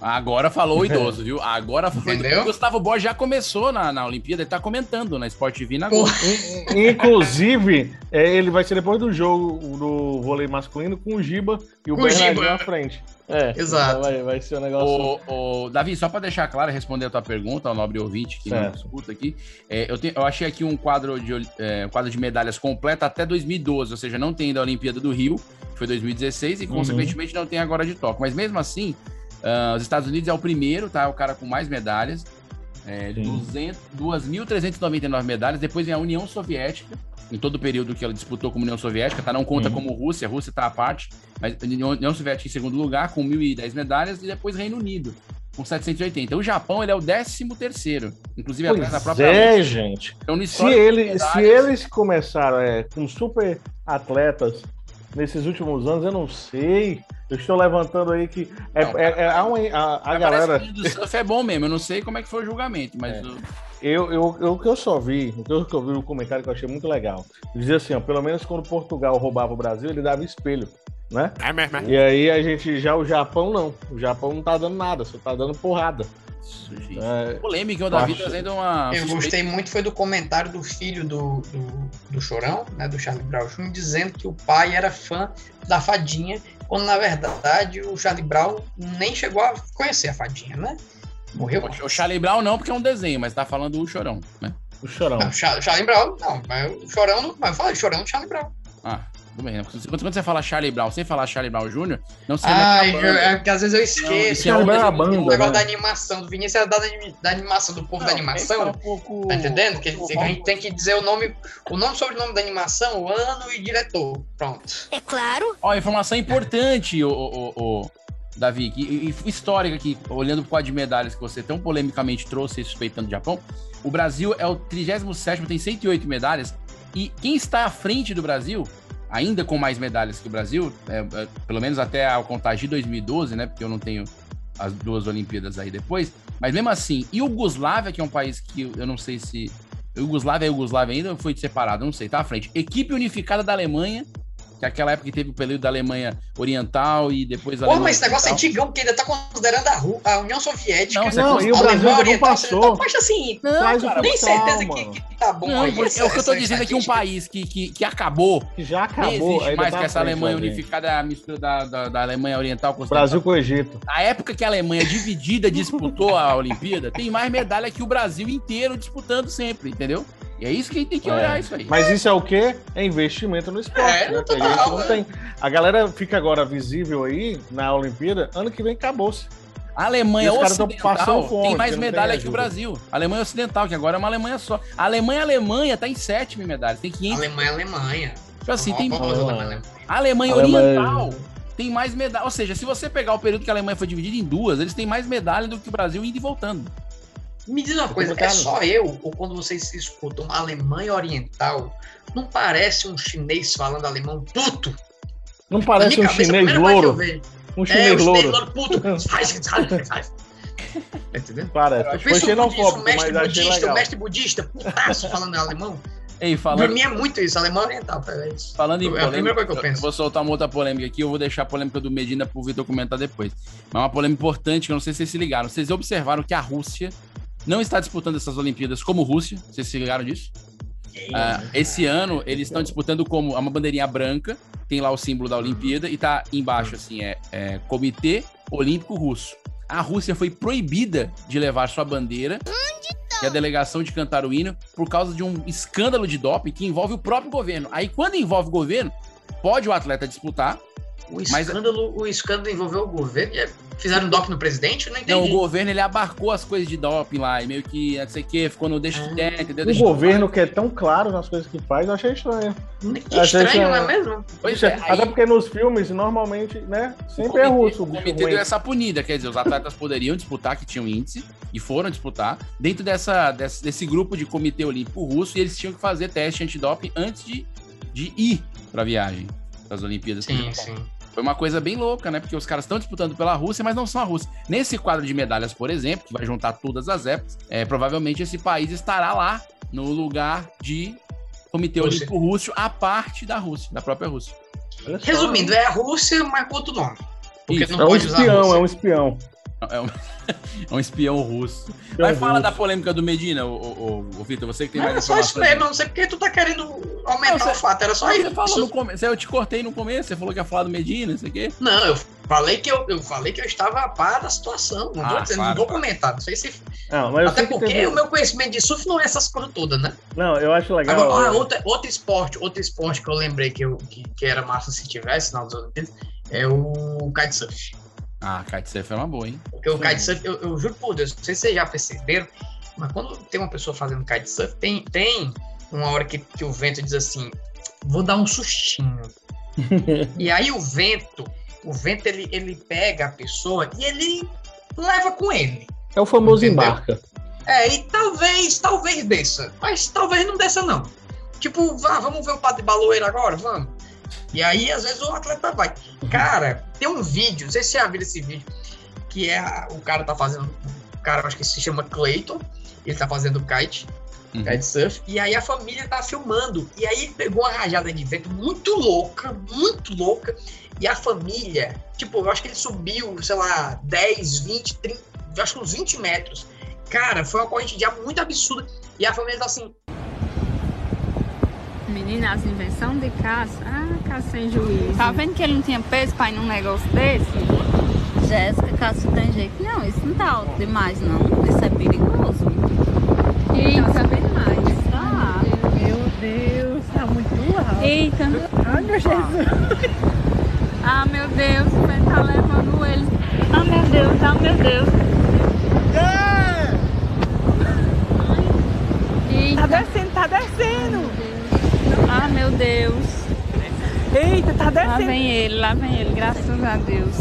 Agora falou o idoso, viu? Agora falou o
Entendeu?
idoso. Gustavo Borges já começou na, na Olimpíada, ele tá comentando na Sport TV na Globo.
Porra.
Inclusive, é, ele vai ser depois do jogo do vôlei masculino com o Giba e o
Com o
Bernardinho
Giba.
na frente. É,
Exato.
Vai, vai ser um negócio.
Ô, ô, Davi, só para deixar claro, responder a tua pergunta, ao nobre ouvinte que
Certo.
nos escuta aqui, é, eu, te- eu achei aqui um quadro de, ol- é, um quadro de medalhas completo até 2012, ou seja, não tem ainda a Olimpíada do Rio, que foi 2016, e
Uhum.
consequentemente não tem agora de Tóquio. Mas mesmo assim, ah, os Estados Unidos é o primeiro, tá? O cara com mais medalhas, é,
Sim.
200 2.399 medalhas, depois vem a União Soviética, em todo o período que ela disputou como União Soviética, tá? Não conta
Sim.
como Rússia, a Rússia tá à parte, mas União União Soviética em segundo lugar, com 1.010 medalhas, e depois Reino Unido, com 780. O Japão, ele é o 13 terceiro, inclusive atrás da
Pois
própria
é,
Rússia.
gente.
Então, no
Se,
histórico de
ele, se
medalhas,
eles começaram é, com super atletas nesses últimos anos, eu não sei. Eu estou levantando aí que. É,
Não,
é- é- há uma- a, a
mas parece
galera.
tá que o do surf é bom mesmo, eu não sei como é que foi o julgamento, mas...
É.
o-
Eu, eu, eu, o que eu só vi, o que eu, que eu vi no comentário que eu achei muito legal. Dizia assim, ó, pelo menos quando Portugal roubava o Brasil, ele dava espelho, né?
É mesmo.
E aí a gente já, o Japão não. O Japão não tá dando nada, só tá dando porrada.
Isso, gente.
É,
Polêmica, o Davi
acho-
trazendo uma...
Eu
suspeita-
gostei muito foi do comentário do filho do, do, do Chorão, né, do Charlie Brown Jr., dizendo que o pai era fã da Fadinha, quando na verdade o Charlie Brown nem chegou a conhecer a Fadinha, né? Morreu.
O o Charlie Brown não, porque é um desenho, mas tá falando o Chorão, né?
o chorão.
Não, o Cha- o Charlie Brown, não, mas o Chorão, não- mas eu falei Chorão do Charlie Brown.
Ah, tudo bem. né? Quando, quando você fala Charlie Brown sem falar Charlie Brown Jr., não sei
Ah,
é que é a banda.
é porque às vezes eu
Não, isso
esqueço.
é
Charlie
um
Brown é a
desenho
banda,
do-
o negócio
né?
da animação, do Vinícius era da, da animação, do povo da
Não, esse tá
animação.
um pouco-
Tá entendendo? Que a
um
gente,
pouco-
a gente tem que dizer o nome, o nome sobre o nome da animação, o ano e diretor. Pronto.
É claro.
Ó, informação é importante, o, Davi, que, e- e histórica aqui, olhando pro quadro de medalhas que você tão polemicamente trouxe, suspeitando do Japão, o Brasil é o 37º, tem 108 medalhas, e quem está à frente do Brasil, ainda com mais medalhas que o Brasil, é, é, pelo menos até a contagem de 2012, né, porque eu não tenho as duas Olimpíadas aí depois, mas mesmo assim, Iugoslávia, que é um país que eu- eu não sei se... Iugoslávia é Iugoslávia ainda ou foi separado? Não sei, tá à frente. Equipe Unificada da Alemanha, que é aquela época que teve o período da Alemanha Oriental e depois da
Pô,
Alemanha
mas esse negócio é
Oriental.
antigão, porque ainda tá considerando a, Ru- a União Soviética.
Não,
Não,
você não,
a
e o Brasil
Alemanha
ainda não
Oriental,
passou.
Ocidental, Mas assim,
tá- Não,
Traz o
cara,
nem
futsal,
certeza
mano.
que, que tá bom.
Não,
aí,
porque
essa-
é o que eu tô
essa
dizendo é que um
estatística.
país que, que, que acabou,
Que já
não
acabou.
existe
ainda
mais
tá
que essa
à frente,
Alemanha
Brasil.
unificada, é a mistura da, da, da Alemanha Oriental com o
Brasil com o Egito.
A época que a Alemanha dividida disputou a Olimpíada, tem mais medalha que o Brasil inteiro disputando sempre, entendeu? E é isso que a gente tem que
É.
olhar isso aí.
Mas isso é o quê? É investimento no esporte.
É,
né? Que a
total,
gente não tem. A galera fica agora visível aí na Olimpíada. Ano que vem acabou-se.
A Alemanha
E os caras tão
Ocidental
passando fome,
tem mais
porque não tem
medalha que o
ajuda.
Brasil. A Alemanha Ocidental, que agora é uma Alemanha só. A Alemanha Alemanha tá em sétimo em medalhas, tem 500.
Alemanha, Alemanha. Tá
Tipo assim, tem
Vamos
boa.
Alemanha, Alemanha.
A Alemanha
Alemanha-
Oriental tem mais medalha. Ou seja, se você pegar o período que a Alemanha foi dividida em duas, eles têm mais medalha do que o Brasil indo e voltando.
Me diz uma coisa, é
complicado.
só eu, ou quando vocês escutam Alemanha Oriental, não parece um chinês falando alemão puto?
Não parece
Na
um
minha cabeça, a
chinês
primeira coisa que eu
louro?
vejo.
Um
É, o
chinês
chinês
louro.
louro puto. Tá entendendo?
Parece.
Eu
Foi
penso muito isso, o
xenofóbico,
mestre
mas achei
budista, o
legal.
mestre budista, putaço falando alemão.
Ei,
Pra
falando,
mim é muito isso, alemão oriental, cara, é isso.
falando em
É a primeira
polêmica,
coisa que eu penso.
vou soltar uma outra polêmica aqui, eu vou deixar a polêmica do Medina pro Vitor comentar depois. Mas é uma polêmica importante, que eu não sei se vocês se ligaram. Vocês observaram que a Rússia não está disputando essas Olimpíadas como Rússia. Vocês se ligaram disso?
é
Ah,
né?
esse ano eles estão disputando como é uma bandeirinha branca, tem lá o símbolo da Olimpíada e tá embaixo assim é, é Comitê Olímpico Russo. A Rússia foi proibida de levar sua bandeira e a delegação de cantar o hino por causa de um escândalo de doping que envolve o próprio governo. Aí quando envolve o governo, pode o atleta disputar.
O
mas-
escândalo, o escândalo envolveu o governo. e é- Fizeram doping no presidente? Eu Não
Não, o
entendi.
governo ele abarcou as coisas de doping lá e meio que não sei o que, ficou no deixa de
Ah.
ter, entendeu?
O
Deixa
governo que é tão claro nas coisas que faz, eu achei estranho.
que estranho, não é mesmo?
Pois é, aí-
Até porque nos filmes, normalmente, né?
O
Sempre
comitê-
é russo.
O
o bicho
comitê
ruim.
deu essa punida, quer dizer, os atletas poderiam disputar, que tinham índice, e foram disputar, dentro dessa, desse, desse grupo de comitê olímpico russo, e eles tinham que fazer teste antidoping antes de, de ir pra viagem das Olimpíadas.
Sim, sim.
Foi uma coisa bem louca, né? Porque os caras estão disputando pela Rússia, mas não são a Rússia. Nesse quadro de medalhas, por exemplo, que vai juntar todas as épocas, é, provavelmente esse país estará lá no lugar de Comitê
Rússia.
Olímpico Russo, a parte da Rússia, da própria Rússia.
Olha só.
Resumindo, é a Rússia, mas com outro nome. Porque
Isso,
não
É um
pode usar a
espião,
Rússia.
é um espião.
É um, é um espião russo. Mas
um
fala da polêmica do Medina, o, o, o- o Vitor, você que tem
Mas
mais
é só isso
informações.
mesmo, eu não sei porque tu tá querendo aumentar
Não,
o fato, era só
Não,
isso.
Você falou no começo, eu te cortei no começo, você falou que ia falar do Medina, isso aqui.
Não, eu falei que eu, eu falei que eu estava a par da situação. Não
Ah,
vou dizer, não
claro,
vou
claro.
comentar. Não sei se.
Não, mas eu
Até
sei que
porque
teve...
o meu conhecimento de surf não é essas coisas todas, né?
Não, eu acho legal.
Agora, ah, outra- outro esporte, outro esporte que eu lembrei que, eu, que, que era massa se tivesse na Olimpíadas é o kitesurf.
Ah, kitesurf é uma boa, hein?
Porque o kitesurf, eu, eu juro por Deus, não sei se vocês já perceberam, mas quando tem uma pessoa fazendo kitesurf, tem, tem uma hora que, que o vento diz assim, vou dar um sustinho. e aí o vento, o vento ele, ele pega a pessoa e ele leva com ele.
É o famoso
Entendeu?
embarca.
É, e talvez, talvez desça. Mas talvez não desça, não. Tipo, vá, vamos ver o Padre Baloeiro agora? Vamos. E aí, às vezes, o atleta vai. Cara, tem um vídeo, não sei se você já viu esse vídeo, que é a- o cara tá fazendo. O cara, acho que se chama Clayton. Ele tá fazendo kite,
Uhum.
kite surf. E aí a família tá filmando. E aí pegou uma rajada de vento muito louca, muito louca. E a família, tipo, eu acho que ele subiu, sei lá, 10, 20, 30, eu acho que uns 20 metros. Cara, foi uma corrente de ar muito absurda. E a família tá assim,
Menina, as invenções de caça. Ah, caça sem juízo. Tá vendo que ele não tinha peso pra ir num negócio desse? Jéssica, caça tem jeito. Não, isso não tá alto demais, não. Isso é perigoso. Eita, bem mais. Tá. Meu Deus, tá muito alto. Eita. Ai, meu Jesus. Ah, meu Deus, o pé tá levando ele. Ah, meu Deus, ah, meu Deus. Tá descendo, tá descendo. Ah, meu Deus. Eita, tá descendo. Lá vem ele, lá vem ele, graças a Deus.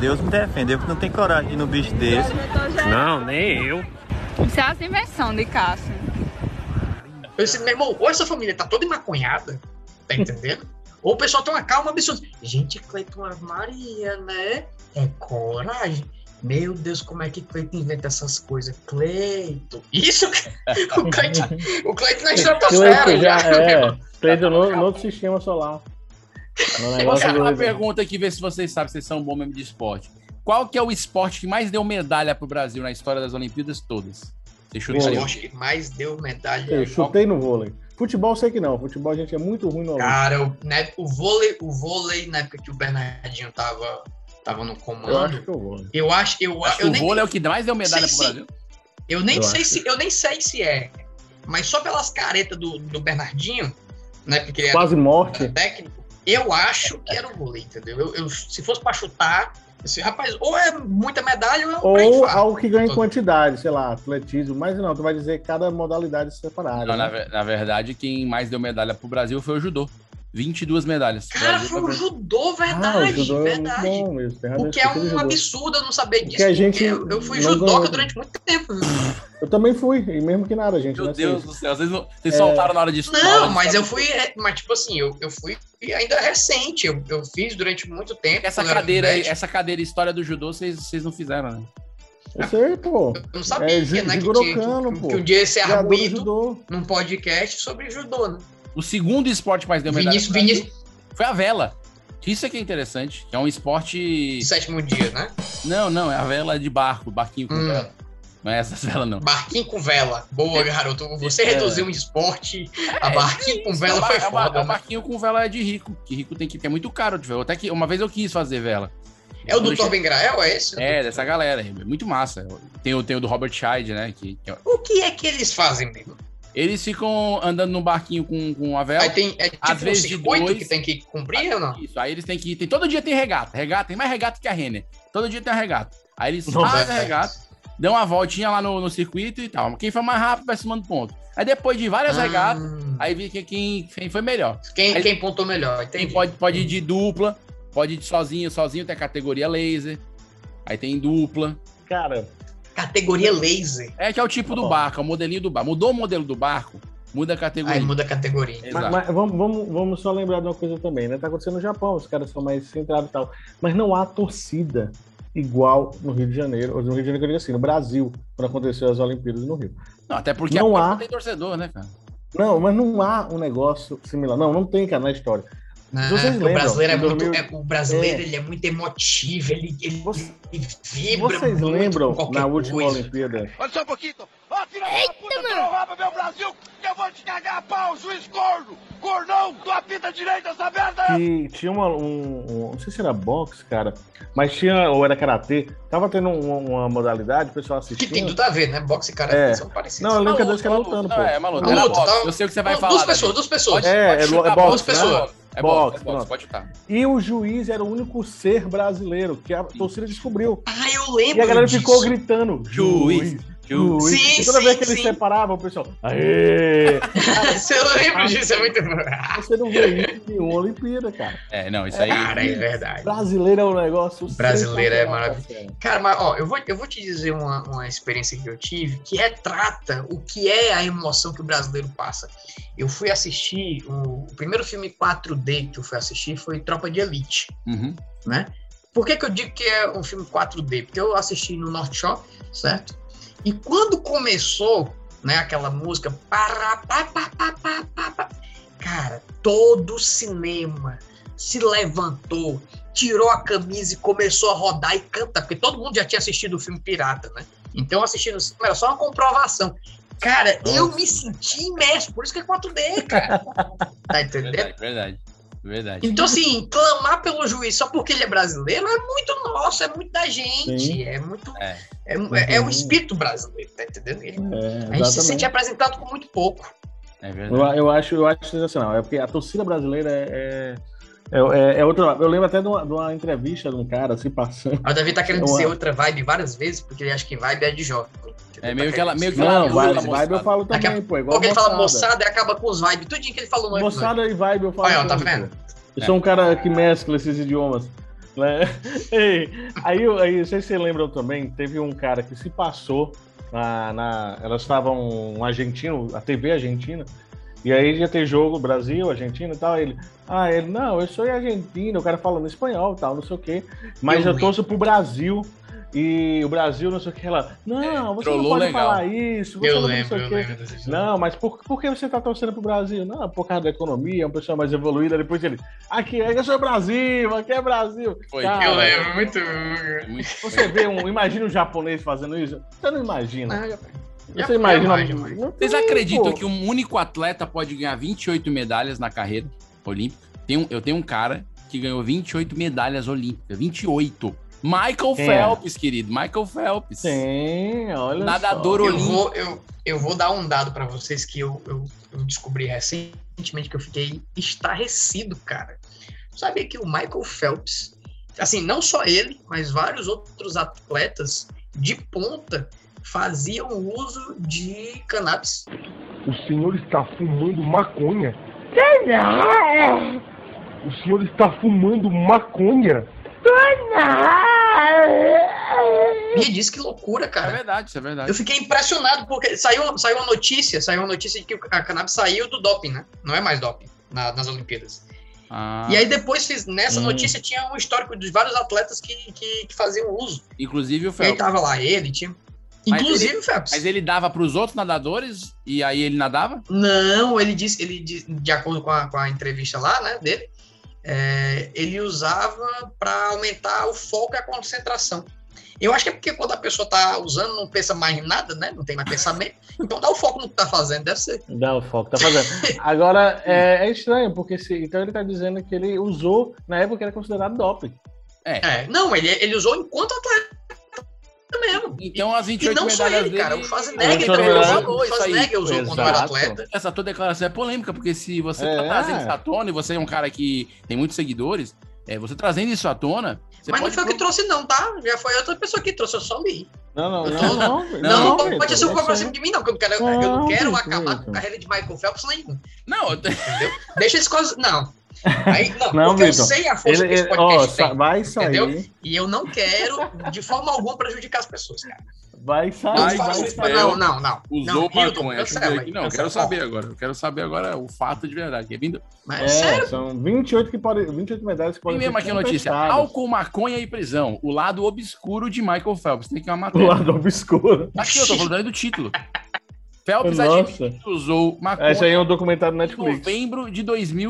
Deus me defende, eu que não tenho coragem de ir no bicho desse. Não, nem eu.
Isso é as invenções de Cássio.
eu disse, meu irmão, ou essa família tá toda maconhada, tá entendendo? ou o pessoal tem uma calma absurda. Gente, Cleiton Ave Maria, né? É coragem. Meu Deus, como é que Cleiton inventa essas coisas? Cleiton. Isso, o Cleiton, o Cleiton na estratosfera.
Cleiton já
já.
é. Cleiton no, no outro sistema solar. No
Eu vou
negócio
fazer uma
do...
pergunta aqui, ver se vocês sabem, vocês são bons mesmo de esporte. Qual que é o esporte que mais deu medalha pro Brasil na história das Olimpíadas todas? Você chuta aí.
Eu acho que mais deu medalha.
Eu chutei no vôlei. Futebol eu sei que não. Futebol a gente é muito ruim no vôlei.
Cara, o, né, o, vôlei, o vôlei, na época que o Bernardinho tava, tava
eu
no
acho
comando,
que eu vou.
eu acho, eu,
Acho que
eu
o
nem-
vôlei é o que mais deu medalha pro
Sim,
Brasil.
Eu nem
Eu
sei
acho.
se eu nem sei se é, mas só pelas caretas do, do Bernardinho, né? Porque
é.
ele era
Quase morte.
técnico, eu acho que era o vôlei, entendeu? Eu, eu- se fosse pra chutar, esse rapaz, ou é muita medalha ou é um
Ou
pré-infarto.
algo que ganha em quantidade, sei lá, atletismo, mas não, tu vai dizer cada modalidade separada.
Não, na,
né?
ver- na verdade, quem mais deu medalha pro Brasil foi o judô. 22 medalhas.
Cara,
Brasil
foi
tá
o
bem.
judô,
Ah, o
verdade,
judô é muito
verdade.
bom mesmo. tem razão,
O que é
eu esqueci do
um
judô.
absurdo eu não saber disso.
Porque a gente
porque eu fui
não
judoca
ganhou.
durante muito tempo. viu?
Eu também fui, e mesmo que nada, gente.
Meu
né?
Deus
Assim,
do céu, vocês, não, vocês
É.
soltaram na hora de estudar.
Não, mas eu fui. é, Mas, tipo assim, eu, eu fui ainda recente. Eu, eu fiz durante muito tempo.
Essa
quando eu era
cadeira aí,
médico,
essa cadeira história do judô, vocês, vocês não fizeram, né?
Eu sei, pô.
Eu não sabia,
É, Ji-
né? Que,
Jigoro
tinha,
Kano,
que,
pô.
que um dia ia ser
Criador do
arguído
judô.
num podcast sobre judô, né?
O segundo esporte que mais deu medalha
Vinícius,
pro Brasil
Vinícius,
foi a vela. Isso é que é interessante, que é um esporte...
sétimo dia, né?
Não, não, é a vela de barco, barquinho com
Hum.
vela. Não é essas velas, não.
Barquinho com vela. Boa, garoto. Você
É.
reduziu um esporte a
É,
barquinho com
É
vela
o ba-
foi
é o ba- é
foda.
o
né?
barquinho com vela de rico, que rico tem que... que é muito caro de vela. Até que uma vez eu quis fazer vela.
É o do
Quando eu
Torben Grael, é esse?
É, dessa galera. aí, Muito massa. Tem o, tem o do Robert Scheid, né? Que, que é-
O que é que eles fazem mesmo?
eles ficam andando num barquinho com, com a vela.
Aí tem é tipo
Às
um
vezes de
circuito
dois.
que tem que cumprir ou não?
Isso, aí eles têm que ir. Tem, todo dia tem regata. Regata, tem mais regata que a Renner. Todo dia tem a regata. Aí eles
Nossa.
fazem a regata, dão uma voltinha lá no, no circuito e tal. Quem foi mais rápido vai somando ponto. Aí depois de
Ah.
várias regatas,
Hum,
aí vê que quem, quem foi melhor.
quem,
aí-
quem pontou melhor?
Tem,
Entendi.
pode, pode ir de dupla, pode ir de sozinho, sozinho tem a categoria laser. Aí tem dupla.
Cara,
Categoria laser.
É que é o tipo do
Ó.
barco, é o modelinho do barco. Mudou o modelo do barco, muda a categoria.
Aí muda a categoria.
Exato.
mas, mas vamos, vamos, vamos só lembrar de uma coisa também, né? Tá acontecendo no Japão, os caras são mais centrados e tal. Mas não há torcida igual no Rio de Janeiro, ou no Rio de Janeiro, que eu digo assim, no Brasil, quando aconteceu as Olimpíadas no Rio.
Não, até porque
Não
agora
há.
tem torcedor, né, cara?
Não, mas não há um negócio similar. Não, não tem, cara, na história.
Ah,
Vocês
porque
lembram?
o brasileiro, é
Em
muito,
2000
é- o brasileiro
É.
ele é muito emotivo, ele, ele, ele vibra
Vocês
é muito
lembram
com qualquer
na última
coisa.
Olimpíada?
Olha só um pouquinho. Ó, filha da puta, tu não rouba meu Brasil, que eu vou te cagar a pau, juiz corno. Cornão, tu apita direito essa merda.
que tinha uma, um, um- Não sei se era boxe, cara, mas tinha, ou era karatê, tava tendo um- uma modalidade, o pessoal assistindo.
Que tem tudo a ver, né? Boxe e karatê
É.
são parecidos.
Não, eu lembro que a dois
Maluco,
caras lutando, pô.
Não, é, maluco,
Não,
era
luta,
boxe.
tá?
Eu sei o que você vai
Duas
falar.
pessoas,
Davi.
duas pessoas.
Pode-
É,
pode
é,
chutar,
é
bola,
boxe,
é
né?
bola. É boxe,
Boxe,
é boxe,
boxe.
pode chutar.
E o juiz era o único ser brasileiro que a torcida descobriu.
Ah, eu
E
lembro.
a galera
disso.
ficou gritando:
Juiz, juiz.
Sim,
e toda vez que
sim,
eles
sim.
separavam, o pessoal. Aê!
eu lembro disso, é muito bom.
Você não vê isso em nenhuma Olimpíada, cara.
É, não, isso aí.
Cara, é verdade.
Brasileiro é um negócio.
Brasileiro é
sensacional,
maravilhoso.
cara.
Cara, mas ó, eu vou, eu vou te dizer uma, uma experiência que eu tive que retrata o que é a emoção que o brasileiro passa. Eu fui assistir, o, o primeiro filme 4D que eu fui assistir foi Tropa de Elite,
Uhum.
né? Por que, que eu digo que é um filme 4D? Porque eu assisti no North Shop, certo? E quando começou, né, aquela música, pará, pá, pá, pá, pá, pá, pá, cara, todo o cinema se levantou, tirou a camisa e começou a rodar e cantar, porque todo mundo já tinha assistido o filme Pirata, né? Então assistir no cinema era só uma comprovação. Cara, eu me senti imerso, por isso que é 4D, cara. Tá entendendo?
Verdade, verdade. Verdade.
Então, assim, clamar pelo juiz só porque ele é brasileiro é muito nosso, é muito da gente,
Sim.
é muito.
É.
É, é, é o espírito brasileiro, tá entendendo?
É,
Ele- a gente se
exatamente.
sente apresentado com muito pouco.
É
Eu,
verdade.
eu acho, eu acho sensacional. É porque a torcida brasileira é. É, é- é outra. Eu lembro até de uma, de uma entrevista de um cara assim passando.
Mas O Davi tá querendo
Eu
dizer
acho.
outra vibe várias vezes, porque ele acha que vibe é de jovem. Tá
É meio que ela. Meio que ela
Não,
anula a
vibe,
moçada.
vibe eu falo
Daqui a
também, pô. é Igual
Porque ele fala
moçada.
moçada e acaba com os vibes. Tudinho que ele falou é no episódio.
Moçada e vibe eu falo.
Olha, ó, tá
também,
vendo?
pô. Eu sou um cara que mescla esses idiomas. Né? Ei, aí, eu- aí, não sei se vocês lembram também, teve um cara que se passou na. na- elas estavam um argentino, a TV argentina, e aí ia ter jogo Brasil, Argentina e tal. aí Ele, ah, ele, não, eu sou argentino, o cara falando espanhol e tal, não sei o quê, mas
Eu
eu, torço pro Brasil. E o Brasil, não sei o que, ela. Não, você não
trollou
pode
legal.
falar isso. Você
Eu
não não
lembro,
sei
eu
o quê.
lembro desse jogo.
Não, mas por, por que você tá torcendo pro Brasil? Não, por causa da economia, é uma pessoa mais evoluída. Depois ele, aqui, aqui eu sou Brasil, aqui é Brasil.
Foi.
Cara,
Eu lembro, muito.
É muito-
Você vê um, imagina um japonês fazendo isso? Você não imagina.
Ah, Já-
Você imagina. um
jamais, jamais.
Não tem,
Vocês acreditam
pô.
que um único atleta pode ganhar 28 medalhas na carreira olímpica? Tem um, eu tenho um cara que ganhou 28 medalhas olímpicas. 28. Michael
Quem é?
Phelps, querido. Michael Phelps.
Sim, olha.
Nadador
só.
Eu
olímpico.
vou, eu, eu vou dar um dado pra vocês que eu, eu, eu descobri recentemente que eu fiquei estarrecido, cara. Sabia que o Michael Phelps, assim, não só ele, mas vários outros atletas de ponta faziam uso de cannabis.
O senhor está fumando maconha? é? O senhor está fumando maconha?
Me diz que loucura,
É
cara.
verdade, isso é verdade.
Eu fiquei impressionado porque saiu, saiu uma notícia, saiu uma notícia de que a cannabis saiu do doping, né? Não é mais doping na- nas Olimpíadas.
Ah,
E aí depois fiz, nessa
Hum.
notícia tinha um histórico de vários atletas que, que, que faziam uso.
inclusive o
E aí tá?
Phelps.
tava lá ele, tinha.
Mas
Inclusive, Phelps.
Mas ele dava pros outros nadadores e aí ele nadava?
Não, ele disse, ele di- de acordo com a, com a entrevista lá, né, dele, é, ele usava para aumentar o foco e a concentração. Eu acho que é porque quando a pessoa tá usando, não pensa mais em nada, né? Não tem mais pensamento. Então dá o foco no que tá fazendo, deve ser.
Dá o foco, tá fazendo. Agora, é, é estranho, porque se, então ele tá dizendo que ele usou, na época era considerado doping.
É, não, ele, ele usou enquanto atleta mesmo.
Então as
E
28
não só
medalhas
ele,
dele. é
cara. O
Eu
Schwarzenegger
sou
também
melhor.
usou. O Schwarzenegger usou quando era
Exato.
atleta.
Essa tua declaração é polêmica, porque se você tá
É.
trazendo isso à tona e você é um cara que tem muitos seguidores, é, você trazendo isso à tona, você
Mas não
pode
foi eu que trouxe, não, tá? Já foi outra pessoa que trouxe, eu só li.
Não, não,
Não,
não. Não,
Não, não,
Vitor,
pode ser
isso
pra
aí-
cima de mim, não, porque eu, quero,
Não,
eu não quero
Vitor.
acabar com a carreira de Michael Phelps nenhum.
Não, eu-
Deixa esse coisa. Não. Aí, não,
Não,
porque
Vitor.
eu sei a força
Ele,
que esse
ele- ó,
podcast
sa-
tem.
vai sair.
Entendeu? E eu não quero, de forma alguma, prejudicar as pessoas, cara.
Vai sair.
Não
Vai,
faço
vai,
isso pra-
vai.
Não, não, não.
usou
não, Hilton,
maconha. Deixa eu
cancela
ver
aí,
aqui. Não, eu
cancela.
quero saber agora. Eu quero saber agora o fato de verdade. Que é vindo.
Mas,
É,
sério,
são 28, que podem 28 medalhas que
Tem
podem
mesmo aqui a notícia.
contestadas.
Álcool, maconha e prisão. O lado obscuro de Michael Phelps. Tem aqui uma
Do
matéria.
lado obscuro.
Aqui eu tô falando do título. Phelps
Nossa.
admite que usou maconha
Esse aí é um documentário
em
Netflix.
novembro de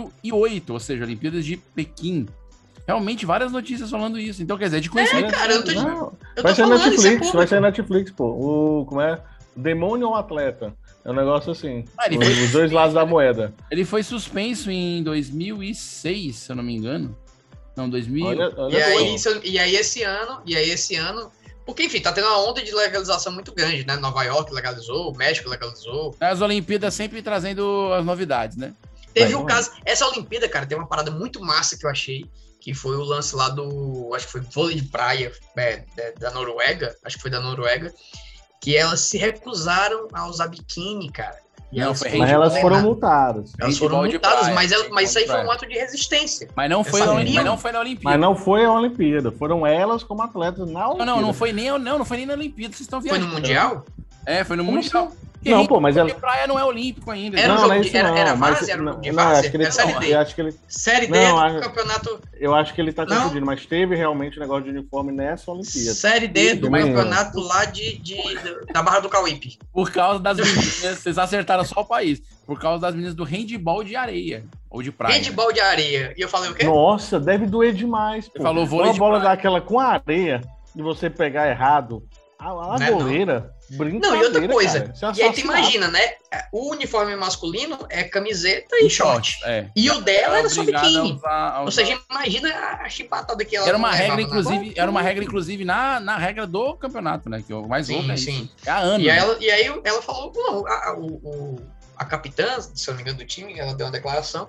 2008, ou seja, Olimpíadas de Pequim. Realmente, várias notícias falando isso. Então, quer dizer, é de conhecimento.
cara, eu tô-
Não.
Eu
Vai
tô
ser
falando, isso é
Netflix,
público.
vai ser Netflix, pô. O, como é? Demônio ou Atleta? É um negócio assim.
Ah, ele
os,
foi-
os dois lados da moeda.
Ele foi suspenso em 2006, se eu não me engano. Não, 2000.
Olha- olha
E aí, isso- e aí esse ano, e aí esse ano, porque enfim, tá tendo uma onda de legalização muito grande, né? Nova York legalizou, o México legalizou.
As Olimpíadas sempre trazendo as novidades, né?
Teve um caso, essa Olimpíada, cara, tem uma parada muito massa que eu achei, que foi o lance lá do, acho que foi vôlei de praia é, da- da Noruega, acho que foi da Noruega, que elas se recusaram a usar biquíni, cara. E
Não,
elas
foi
foram
Mas elas foram
condenadas.
multadas.
Elas foram
Handball de
multadas,
praia,
mas, elas- mas isso aí
handball
foi
de
um ato de resistência.
Mas não foi,
Essa
na, Olim-
menina-
mas não foi na Olimpíada.
Mas não foi a Olimpíada, foram elas como atletas na
Não,
Olimpíada.
não, não foi nem não, não foi nem na Olimpíada, vocês estão
Foi
viajando.
no Mundial?
É, foi no
Como assim?
Mundial.
Não, pô, mas
porque
ela-
praia não é olímpico ainda.
Era um
não,
jogo
não é
de-
isso
era-
não,
era
mas-
várzea, era um
não,
jogo de
não, é,
várzea,
acho que ele,
era Série
não,
D.
eu acho que ele,
Série D
Não,
é do
a-
campeonato.
eu acho que ele tá
Não.
confundindo, mas teve realmente o negócio de uniforme nessa Olimpíada.
Série D do
Mas-
campeonato lá de, de- da Barra do Cauípe.
Por causa das meninas, vocês acertaram só o país. Por causa das meninas do handball de areia ou de praia.
Handball de areia. E eu falei o quê?
Nossa, deve doer demais. Pô.
falou vôlei
Uma
de
bola
praia.
daquela com areia e você pegar errado. A, a
Não é não.
goleira brinca.
Não, e outra coisa.
Tá
e aí tu imagina, né? O uniforme masculino é camiseta e, short.
É.
E o dela era só
Obrigada a
biquíni.
usar- a
Ou
usar-
seja, imagina a chibatada que ela
era uma
levava
regra,
na-
inclusive, era uma regra, inclusive, na, na regra do campeonato, né? Que o mais
Sim,
louco é isso.
sim.
É a Ana.
E,
né?
ela, e aí ela falou, não, a, a- o- o- a capitã, se eu não me engano, do time, ela deu uma declaração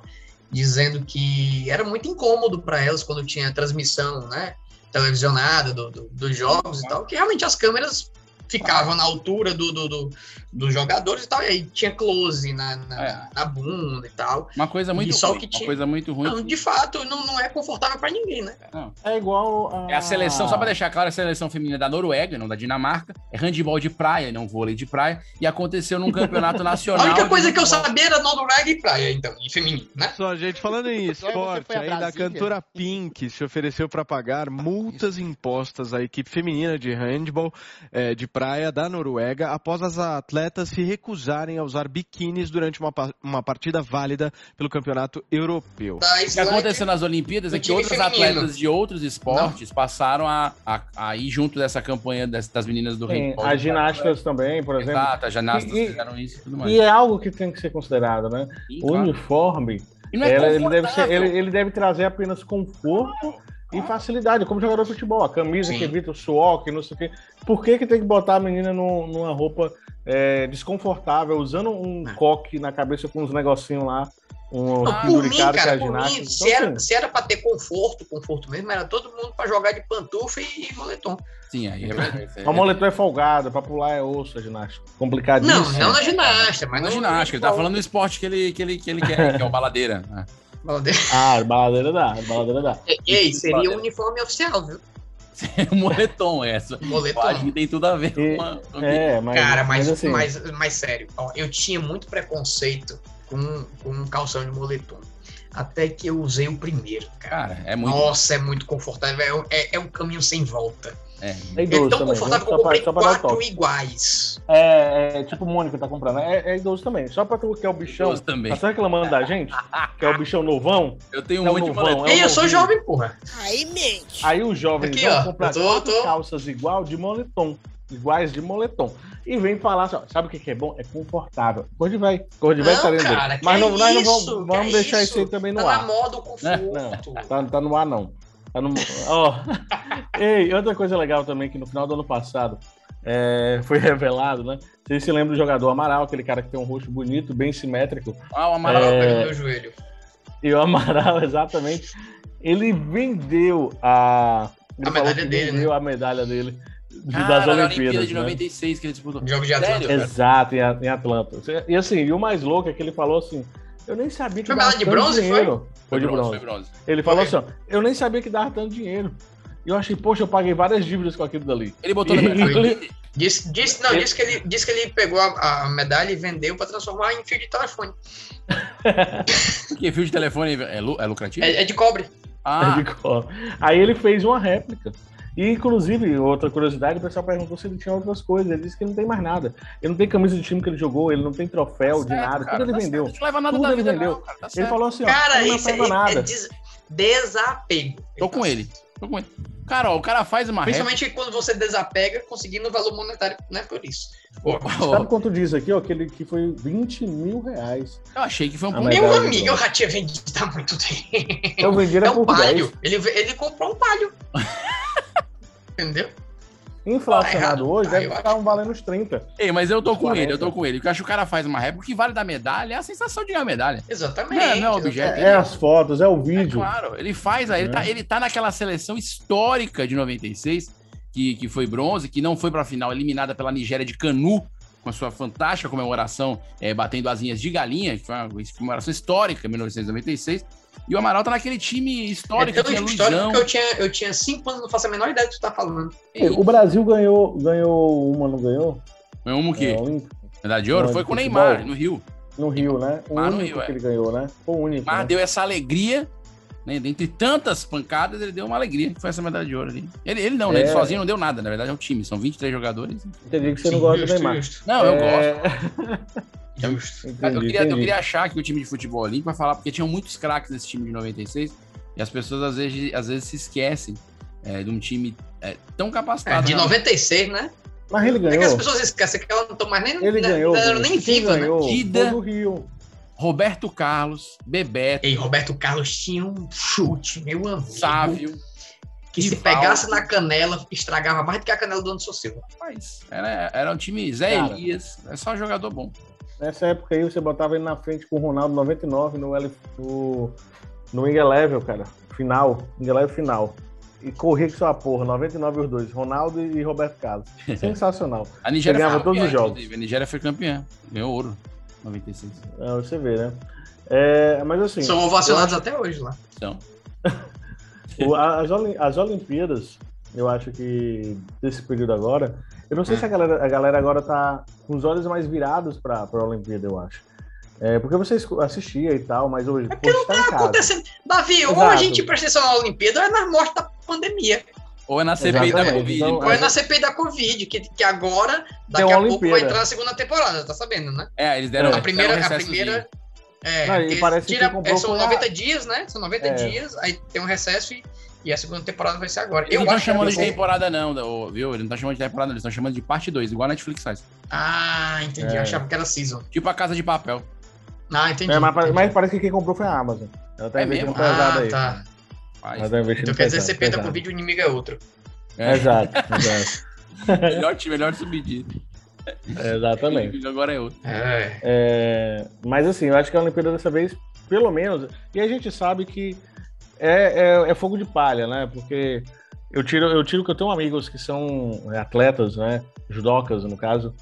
dizendo que era muito incômodo para elas quando tinha transmissão, né, televisionada do- do- dos jogos e tal, que realmente as câmeras ficavam na altura do, do- do- dos jogadores e tal, e aí tinha close na, na-
É.
na bunda e tal.
Uma coisa muito
E só
ruim.
que
Uma
tinha-
coisa muito ruim.
Então, de fato, não, não é confortável para ninguém, né?
É igual.
É a seleção, só pra deixar claro, a seleção feminina da Noruega, não da Dinamarca. É handball de praia, não vôlei de praia. E aconteceu num campeonato
A
nacional.
única
de
coisa que eu
handball.
sabia era Noruega e praia, então, e feminino, né?
Só, gente, falando em esporte, ainda a cantora Pink se ofereceu para pagar multas impostas à equipe feminina de handball eh, de praia da Noruega após as atletas se recusarem a usar biquínis durante uma, pa- uma partida válida pelo campeonato europeu.
O que aconteceu nas Olimpíadas é
do
que
time
outros
feminino.
atletas de outros esportes passaram a, a, a ir junto dessa campanha das, das meninas do
Tem,
handball.
as ginastas também, por exemplo.
Exato, as ginastas
E- e-
fizeram isso e tudo mais.
E é algo que tem que ser considerado, né?
Sim,
O
claro.
uniforme,
E não é
ela- ele, deve ser-
confortável.
ele- ele deve trazer apenas conforto e facilidade, como jogador de futebol. A camisa
Sim.
que evita o suor, que não sei o quê. Por que, que tem que botar a menina num- numa roupa é, desconfortável, usando um coque na cabeça com uns negocinhos lá, um
Ah. Não, Ah, por mim,
penduricado que é
cara,
a
por
ginástica.
mim,
Então,
se era,
assim,
se era pra ter conforto, conforto mesmo, era todo mundo pra jogar de pantufa e, e moletom.
Sim, aí é verdade.
A moletom é folgada, pra pular é osso a ginástica. Complicadíssimo.
Não, não na ginástica,
Mas
mas na
não ginástica, ele tá falando do esporte que ele, que ele, que ele quer, que é o baladeira. né?
Ah, baladeira dá, baladeira dá.
Ei, seria o uniforme oficial, viu?
É um moletom essa.
Moletom.
Eu Acho que tem tudo a ver com a... com a-
É, mas,
Cara, mas,
mas assim,
mas, mas sério, ó, eu tinha muito preconceito com, com um calção de moletom. Até que eu usei o primeiro, cara.
Cara, é muito...
Nossa, é muito confortável. é um- É, é um caminho sem volta.
É.
é
Ele é
idoso
tão
também.
confortável que
só
eu
pra-
comprei
só pra dar o
quatro
toque.
iguais.
É, é tipo o Mônica tá comprando. É, é idoso também. Só pra tu que é o bichão.
Idoso também.
Tá só reclamando da gente? Que é o bichão novão?
Eu tenho um
É o
monte de
novão,
moletom.
é o
Ei, eu sou
novinho.
jovem, porra.
Aí mente.
Aí o jovem
Aqui,
então
ó,
compra
eu tô-
quatro
tô-
calças igual de moletom. Iguais de moletom. E vem falar assim, ó, sabe o que, que é bom? É confortável. Cor de velho. Cor de velho
Não,
tá dentro dele.
cara, que
Mas
é
não, nós não vamos,
isso, que
vamos
é
deixar
isso.
isso aí também no
Tá na
ar.
moda o conforto.
Tá, tá no ar, não. Tá no. Ó. Ei, outra coisa legal também, que no final do ano passado é, foi revelado, né? Vocês se lembram do jogador Amaral, aquele cara que tem um rosto bonito, bem simétrico.
Ah, o
Parou
amarelo.
pelo
É.
meu joelho.
E o Amaral, exatamente, ele vendeu a. ele
A medalha
falou que
dele, né?
vendeu a medalha dele
Cara,
É, das
na
Olimpíadas.
Olimpíada de
né?
96 que ele disputou.
Jogo de atleta.
Sério, cara?
Exato, em, A- em Atlanta. E assim, e o mais louco é que ele falou assim: eu nem sabia que
Foi
dava
medalha de
tanto
bronze, foi?
dinheiro.
Foi
Foi de bronze.
foi bronze.
Ele falou assim: ó, eu nem sabia que dava tanto dinheiro. E eu achei, poxa, eu paguei várias dívidas com aquilo dali.
Ele botou na
E-
medalha
e ele-
dele?
Diz, diz, não, diz que, ele, diz que ele pegou a, a medalha e vendeu pra transformar em fio de telefone.
Porque fio de telefone é, lu- é lucrativo?
É, é de cobre.
Ah,
de cobre. Aí ele fez uma réplica. E, inclusive, outra curiosidade, o pessoal perguntou se ele tinha outras coisas. Ele disse que não tem mais nada. Ele não tem camisa do time que ele jogou, ele não tem troféu de nada.
cara,
tudo ele
tá
vendeu.
certo. Não leva nada
tudo
da
ele
vida,
vendeu.
não, cara, tá
ele
certo.
falou assim, ó,
Cara,
eu não
isso é,
leva nada.
é des- desapego. Então,
Tô com ele. Tô com ele. Cara, ó, o cara faz uma rap.
Principalmente quando você desapega, conseguindo o valor monetário, né? Por isso.
Sabe quanto diz aqui, ó? Que ele que foi 20 mil reais.
Eu achei que foi um
Ah,
pouco.
mas
Meu
dá-
amigo, eu já tinha vendido há muito tempo.
Eu vendi era
é um
por
palho.
10.
Ele, ve- ele comprou um palho. Entendeu?
Inflacionado hoje, deve
eu
estar um valendo uns 30.
Ei, mas eu tô com ele, eu tô com ele. Porque eu acho que o cara faz uma réplica. O que vale da medalha é a sensação de ganhar medalha.
Exatamente.
Não, é- não é objeto.
É, é as fotos, é o vídeo. Uhum.
Claro, ele faz, aí, ele, tá, ele tá naquela seleção histórica de 96, que, que foi bronze, que não foi pra final, eliminada pela Nigéria de Canu, com a sua fantástica comemoração, eh, batendo asinhas de galinha, que foi uma comemoração histórica em 1996. E o Amaral tá naquele time histórico,
é
que
tão
tinha
histórico
Luizão.
que eu tinha, eu tinha cinco anos, não faço a menor ideia do que tu tá falando.
Ei, O Brasil ganhou, ganhou uma, não ganhou?
Foi um que?
É, um-
Medalha de ouro?
Não,
Foi
de
com o
futebol.
Neymar, no Rio.
No Rio, né? O
Ah, no
único
Rio,
que
é.
ele ganhou, né? Foi o único.
Neymar
né?
deu essa alegria, né? Dentre tantas pancadas, ele deu uma alegria. Foi essa medalha de ouro ali. Ele, ele não, né? Ele
É.
sozinho não deu nada. Na verdade, é um time. São 23 jogadores.
Entendi que você não gosta né, do Neymar.
Não, eu gosto.
Justo.
Cara, eu,
É, Entendi,
queria, eu
entendi.
queria achar que o time de futebol olímpico vai falar, porque tinham muitos craques nesse time de 96, e as pessoas às vezes, às vezes se esquecem é, de um time é, tão
É,
capacitado.
de
né?
96, né?
Mas ele
É que as
ganhou.
pessoas esquecem que elas não estão mais nem,
Ele
né,
ganhou.
elas nem
Quem
vivas, né?
ganhou?
Dida.
Foi do Rio.
Roberto Carlos, Bebeto,
Ei, Roberto Carlos tinha um chute, meu amigo.
Sávio.
Que se
Rivaldo.
pegasse na canela, estragava mais do que a canela do Anderson Silva.
Rapaz, era, era um time Zé
Cara.
Elias, é só jogador bom.
Nessa época aí, você botava ele na frente com o Ronaldo 99 no, L- no, no Inga Level, cara. Final. Inga Level final. E corria com sua porra. 99 os dois. Ronaldo e Roberto Carlos. Sensacional.
A Nigéria
Ganhava todos os jogos.
inclusive. A Nigéria foi campeã, ganhou ouro. 96.
É, você vê, né? É, mas assim.
São ovacionados até hoje lá.
Então,
O- a- As, Oli- as Olimpíadas, eu acho que desse período agora, eu não sei
É.
se a galera, a galera agora tá com os olhos mais virados para a Olimpíada, eu acho. É, porque você esco- assistia e tal, mas hoje, é está em casa.
tá Acontecendo. Davi, ou a
Exato.
gente presta atenção na Olimpíada, ou é nas mortes da pandemia.
ou é na CPI da
Exatamente.
Covid.
Então,
Ou é na CPI da Covid, que, que agora, daqui
uma
a pouco, vai
Olimpíada.
entrar na segunda temporada, tá sabendo, né?
É, eles deram
a primeira,
deram um
a
recessozinho.
primeira é,
Não, e
porque
parece que
tira-
comprou
é, são
foi a-
90 dias, né? São 90
É.
dias, aí tem um recesso e, e a segunda temporada vai ser agora.
Eles não
Eu
estão
acho
chamando
que é
de temporada, não, da- ô, viu? Eles não estão chamando de temporada, eles estão chamando de parte 2, igual a Netflix faz.
Ah, entendi.
É.
Eu achava que era season.
Tipo a Casa de Papel.
Ah, entendi.
É, mas, pare-
entendi.
mas parece que quem comprou foi a Amazon. Ela tá
É
investindo
mesmo?
pesado
Ah,
aí.
tá.
Faz.
Ela tá investindo
Então quer dizer,
pesado,
você perde
pesado.
com vídeo, o inimigo é outro.
É.
Exato, exato.
Melhor time, melhor submedido.
Exatamente.
Agora é outro.
É.
É, mas assim, eu acho que a Olimpíada dessa vez, pelo menos, e a gente sabe que é, é- é fogo de palha, né? Porque eu tiro, eu tiro que eu tenho amigos que são é, atletas, né? Judocas, no caso,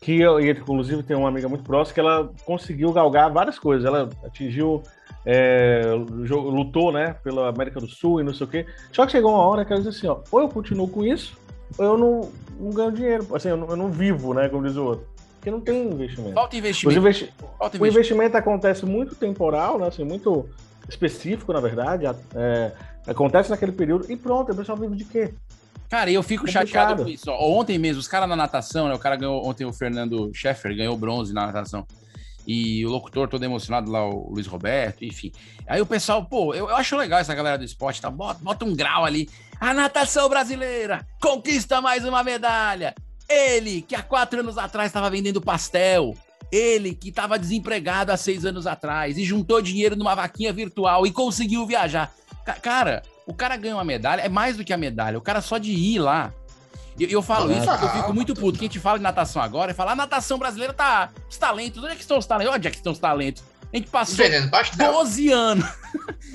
que eu, e, inclusive tem uma amiga muito próxima que ela conseguiu galgar várias coisas. Ela atingiu, é, jo- lutou, né? Pela América do Sul e não sei o quê. Só que chegou uma hora que ela disse assim, ó, ou eu continuo com isso, ou eu não, não ganho dinheiro. Assim, eu não, eu não vivo, né? Como diz o outro. Porque não tem investimento.
Falta
Os
investimento.
investi-
Falta
o
investimento.
investimento acontece muito temporal, né? assim, muito específico, na verdade. a- é, acontece naquele período e pronto, o pessoal vive de quê?
Cara, eu fico
Complicado.
chateado com isso. ó. Ontem mesmo, os caras na natação, né? O cara ganhou ontem, o Fernando Scheffer ganhou bronze na natação. E o locutor todo emocionado lá, o Luiz Roberto, enfim. Aí o pessoal, pô, eu, eu acho legal essa galera do esporte, tá? Bota, bota um grau ali. A natação brasileira conquista mais uma medalha. Ele, que há quatro anos atrás estava vendendo pastel. Ele, que estava desempregado há seis anos atrás e juntou dinheiro numa vaquinha virtual e conseguiu viajar. Ca- cara, o cara ganha uma medalha, é mais do que a medalha. O cara só de ir lá. Eu, eu falo
Claro.
isso porque eu fico muito puto. Quem te fala de natação agora e fala, a natação brasileira tá... Os talentos, onde é que estão os talentos? Onde é que estão os talentos? A gente passou
Vendendo pastel.
12 anos.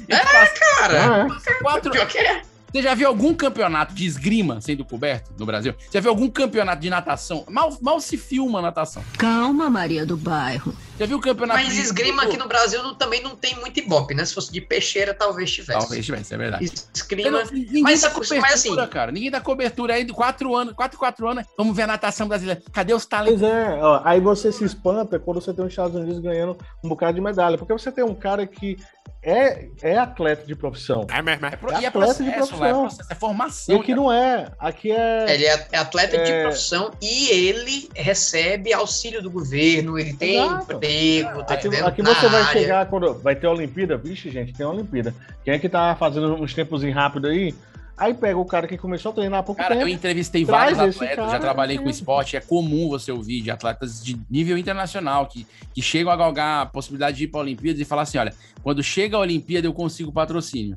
A gente passou
Cara,
Ah, é.
quatro
pior que é.
você já viu algum campeonato de esgrima sendo coberto no Brasil? Você já viu algum campeonato de natação? Mal, mal se filma natação.
Calma, Maria do Bairro.
Já viu campeonato
Mas
de-
esgrima aqui no Brasil não- também não tem muito ibope, né? Se fosse de peixeira, talvez tivesse.
Talvez tivesse, é verdade.
Esgrima.
Você não- ninguém
mas
dá
isso- mas
cobertura,
assim-
cara. Ninguém dá cobertura aí de quatro anos, quatro, quatro anos. Vamos ver a natação brasileira. Cadê os talentos?
Pois é, ó, aí você se espanta quando você tem os Estados Unidos ganhando um bocado de medalha, porque você tem um cara que é, é atleta de profissão.
É mesmo, é.
É
E é processo,
atleta de
lá, é
profissão.
processo, é formação.
E aqui não é. Aqui é.
Ele é é atleta de
É.
profissão e ele recebe auxílio do governo, ele tem
Exato.
emprego, tá
Aqui,
entendendo?
aqui
Na
você vai
área.
chegar quando vai ter a Olimpíada. Vixe, gente, tem a Olimpíada. Quem é que tá fazendo uns tempos rápido aí? Aí pega o cara que começou a treinar há pouco
Cara, é
tempo. um
eu entrevistei
Traz
vários
esse
atletas, já
cara, né?
trabalhei com esporte, é comum você ouvir de atletas de nível internacional que, que chegam a galgar a possibilidade de ir para a Olimpíada e falar assim: olha, quando chega a Olimpíada eu consigo patrocínio.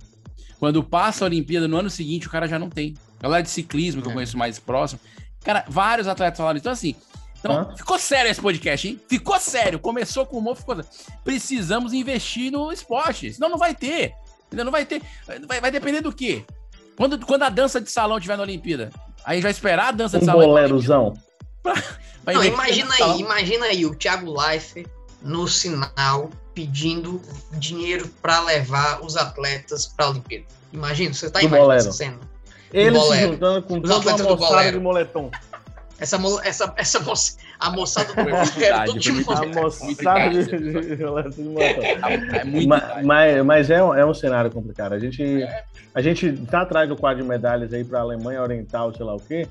Quando passa a Olimpíada, no ano seguinte o cara já não tem. Galera de ciclismo, que eu conheço mais próximo. Cara, vários atletas falaram. Então, assim, então, ficou sério esse podcast, hein? Ficou sério. Começou com humor, ficou sério. Precisamos investir no esporte, senão não vai ter. Ainda não vai ter. Vai, vai depender do quê? Quando, quando a dança de salão tiver na Olimpíada? Aí vai esperar a dança de
Um
salão.
bolerozão.
Vai
Não,
investir
imagina
no
aí,
salão.
imagina aí o Thiago Life no sinal pedindo dinheiro pra levar os atletas pra Olimpíada. Imagina, você tá
Do
imaginando
bolero.
essa cena.
Ele se
bolero.
juntando com
Os
toda
atletas
uma
do
moçada
bolero.
de moletom.
Essa, mo- essa, essa moça, a moçada do
Foi muito
Bolero,
tarde, foi
todo de
muito- a
moletom.
moçada de, de atletas de moletom.
É
Ma- mas, mas é, um- é um cenário complicado. A gente, a gente tá atrás do quadro de medalhas aí pra Alemanha Oriental, sei lá o quê,